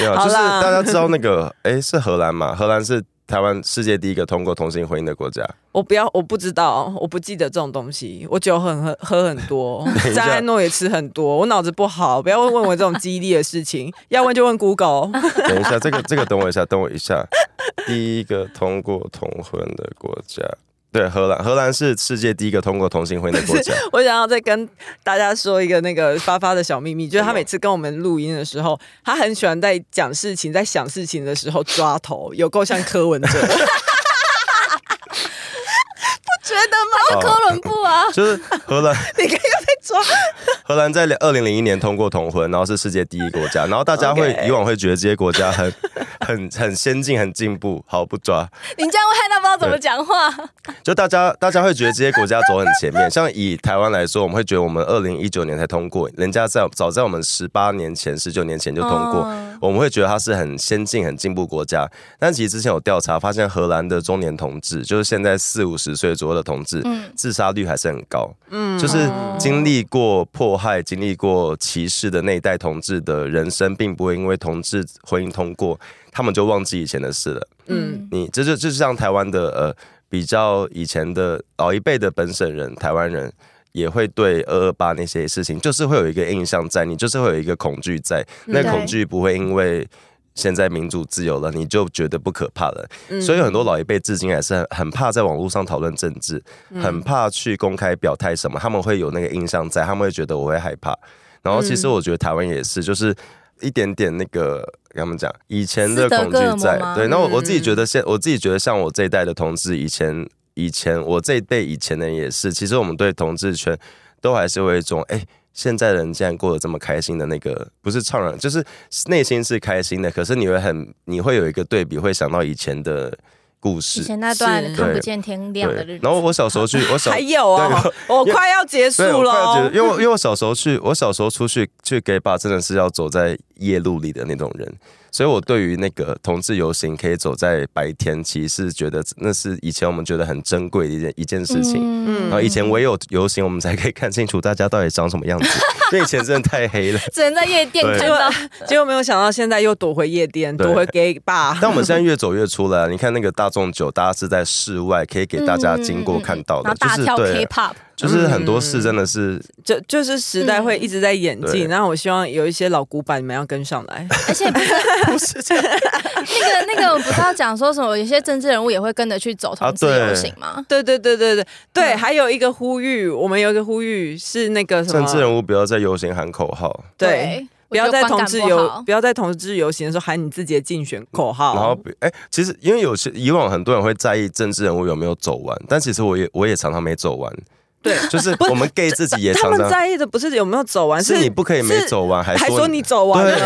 Speaker 3: 对啊，
Speaker 1: 好
Speaker 3: 就是
Speaker 1: 啦
Speaker 3: 大家知道那个，哎，是荷兰嘛？荷兰是台湾世界第一个通过同性婚姻的国家。
Speaker 1: 我不要，我不知道，我不记得这种东西。我酒很喝喝很 多，
Speaker 3: 一下
Speaker 1: 张安诺也吃很多，我脑子不好，不要问问我这种记忆力的事情，要问就问 Google。
Speaker 3: 等一下，这个这个等我一下，等我一下。第一个通过同婚的国家，对，荷兰，荷兰是世界第一个通过同性婚姻的国 家。
Speaker 1: 我想要再跟大家说一个那个发发的小秘密，就是他每次跟我们录音的时候，他很喜欢在讲事情、在想事情的时候抓头， 有够像柯文哲。
Speaker 2: 觉得吗？
Speaker 3: 哦
Speaker 2: 科伦布啊，
Speaker 3: 就是荷兰，
Speaker 1: 你可以被抓，
Speaker 3: 荷兰在二零零一年通过同婚，然后是世界第一国家，然后大 家会
Speaker 1: OK
Speaker 3: 以往会觉得这些国家很 很很先进、很进步，好不抓。
Speaker 2: 你这样会害他不知道怎么讲话。
Speaker 3: 就大家大家会觉得这些国家走很前面，像以台湾来说，我们会觉得我们二零一九年才通过，人家在早在我们十八年前、十九年前就通过，
Speaker 2: 嗯
Speaker 3: 我们会觉得它是很先进、很进步国家。但其实之前有调查发现，荷兰的中年同志，就是现在四五十岁左右的同志，
Speaker 2: 嗯
Speaker 3: 自杀率还是很高。
Speaker 1: 嗯
Speaker 3: 就是经历过迫害、经历过歧视的那一代同志的人生，并不会因为同志婚姻通过，他们就忘记以前的事了。
Speaker 1: 嗯
Speaker 2: 嗯，
Speaker 3: 你这就就是像台湾的呃比较以前的老一辈的本省人，台湾人也会对二二八那些事情，就是会有一个印象在，你就是会有一个恐惧在，那
Speaker 1: 嗯
Speaker 3: 恐惧不会因为。现在民主自由了，你就觉得不可怕了。
Speaker 2: 嗯
Speaker 3: 所以有很多老一辈至今还是很很怕在网络上讨论政治，
Speaker 2: 嗯
Speaker 3: 很怕去公开表态什么，他们会有那个印象在，他们会觉得我会害怕。然后其
Speaker 2: 嗯
Speaker 3: 实我觉得台湾也是，就是一点点那个跟他们讲以前的
Speaker 2: 斯德
Speaker 3: 恐
Speaker 2: 哥尔
Speaker 3: 惧
Speaker 2: 摩
Speaker 3: 在
Speaker 2: 吗，
Speaker 3: 对，那我我自己
Speaker 1: 嗯
Speaker 3: 觉得现，我自己觉得像我这一代的同志，以前以前我这一辈以前的人也是，其实我们对同志圈都还是会有一种哎。现在人竟然过得这么开心的那个，不是怅然，就是内心是开心的，可是你会很，你会有一个对比，会想到以前的故
Speaker 2: 以
Speaker 3: 事，
Speaker 2: 前那段
Speaker 1: 是
Speaker 2: 看不见天亮的日
Speaker 3: 对。
Speaker 2: 子。
Speaker 3: 然后我小时候去，我小
Speaker 1: 还有啊、我快要结束哦
Speaker 3: 对，我快要觉
Speaker 1: 喽
Speaker 3: 得，。因为我因为我小时候去，我小时候出去去 gay bar 真的是要走在夜路里的那种人，所以我对于那个同志游行可以走在白天，其实是觉得那是以前我们觉得很珍贵的一件一件事情。
Speaker 1: 嗯
Speaker 2: 嗯
Speaker 3: 然后以前唯有游行，我们才可以看清楚大家到底长什么样子，因为以前真的太黑了。
Speaker 2: 只能在夜店
Speaker 3: 对
Speaker 2: 看到。
Speaker 1: 结果没有想到，现在又躲回夜店，
Speaker 3: 对
Speaker 1: 躲回 gay bar。
Speaker 3: 但我们现在越走越出来，你看那个大众酒，大家是在室外可以给大家经
Speaker 2: 嗯
Speaker 3: 过看到
Speaker 2: 然后
Speaker 3: 的，就
Speaker 2: 大
Speaker 3: 是
Speaker 2: 跳
Speaker 3: 对，
Speaker 2: K-pop，嗯
Speaker 3: 就是很多事真的是
Speaker 1: 就就是时代会一直在演进，
Speaker 3: 嗯对
Speaker 1: 然后我希望有一些老古板你们要跟上来。
Speaker 2: 而且不 是不是那个那个，我不是要讲说什么？有些政治人物也会跟着去走同志
Speaker 3: 啊对
Speaker 2: 游行吗？
Speaker 1: 对对对对对对，
Speaker 2: 嗯
Speaker 1: 还有一个呼吁，我们有一个呼吁是那个什么
Speaker 3: 政治人物不要在游行喊口号。
Speaker 1: 对。不
Speaker 2: 我
Speaker 1: 要
Speaker 2: 觉
Speaker 1: 在
Speaker 2: 得观
Speaker 1: 同
Speaker 2: 感
Speaker 1: 志
Speaker 2: 不
Speaker 1: 游
Speaker 2: 好
Speaker 1: 不要在同志游行的时候喊你自己的竞选口号，
Speaker 3: 然后比，哎、其实因为有些以往很多人会在意政治人物有没有走完，但其实我也我也常常没走完，
Speaker 1: 对，
Speaker 3: 就是
Speaker 1: 不是
Speaker 3: 我们 gay 自己也
Speaker 1: 他
Speaker 3: 常
Speaker 1: 们
Speaker 3: 常。
Speaker 1: 在意的不是有没有走完，
Speaker 3: 是你不可以没
Speaker 1: 是
Speaker 3: 走完，还
Speaker 1: 还
Speaker 3: 说
Speaker 1: 说你，走完了，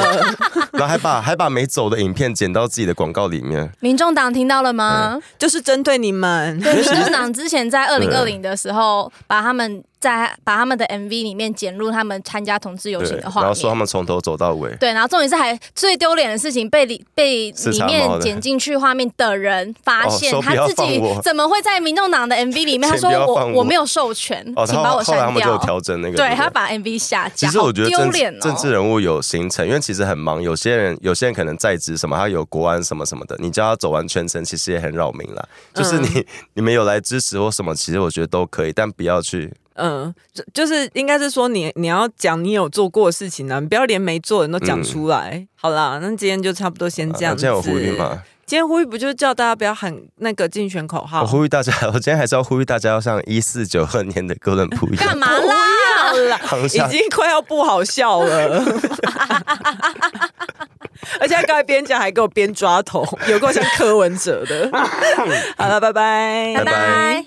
Speaker 3: 然后还把还把没走的影片剪到自己的广告里面。
Speaker 2: 民众党听到了吗？
Speaker 1: 就是针对你们。
Speaker 2: 对，民众党之前在二零二零的时候，把他们在把他们的 MV 里面剪入他们参加同志游行
Speaker 3: 对，
Speaker 2: 的
Speaker 3: 然
Speaker 2: 画
Speaker 3: 后说他
Speaker 2: 面。
Speaker 3: 们从头走到尾，
Speaker 2: 对，然后重点是还最丢脸的事情，被里被
Speaker 3: 是
Speaker 2: 里
Speaker 3: 长毛
Speaker 2: 面
Speaker 3: 的
Speaker 2: 剪进去画面的人发现
Speaker 3: 哦，说不
Speaker 2: 他
Speaker 3: 要
Speaker 2: 自己
Speaker 3: 放我
Speaker 2: 怎么会在民众党的 MV 里面？他
Speaker 3: 请
Speaker 2: 说
Speaker 3: 不要
Speaker 2: 我
Speaker 3: 放我
Speaker 2: 我没有授权，
Speaker 3: 哦，
Speaker 2: 请
Speaker 3: 他
Speaker 2: 把我
Speaker 3: 后来他
Speaker 2: 删
Speaker 3: 们就有
Speaker 2: 掉。
Speaker 3: 调整那个，
Speaker 2: 对，
Speaker 3: 不
Speaker 2: 他把 MV 下
Speaker 3: 其
Speaker 2: 架，
Speaker 3: 实我觉
Speaker 2: 好
Speaker 3: 得
Speaker 2: 丢
Speaker 3: 政
Speaker 2: 脸哦。
Speaker 3: 政治人物有行程，因为其实很忙，有些人有些人可能在职什么，他有国安什么什么的，你叫他走完全程，其实也很扰民啦。就是你、 你们有来支持或什么，其实我觉得都可以，但不要去
Speaker 1: 嗯，就就是应该是说你你要讲你有做过的事情呢、啊你不要连没做的人都讲出来。好啦，那今天就差不多先这样
Speaker 3: 嗯啊
Speaker 1: 子。
Speaker 3: 这样有呼吁吗？
Speaker 1: 今天呼吁不就是叫大家不要喊那个竞选口号？
Speaker 3: 我呼吁大家， 我今天还是要呼吁大家，要像一四九二年的哥伦布一
Speaker 2: 干
Speaker 3: 样，
Speaker 2: 嘛啦？
Speaker 1: 好啦，
Speaker 3: 扛
Speaker 1: 已
Speaker 3: 下
Speaker 1: 经快要不好笑了。而且他刚才边讲还给我边抓头，有够像柯文哲的。好了，拜拜，
Speaker 2: 拜
Speaker 3: 拜
Speaker 2: 拜。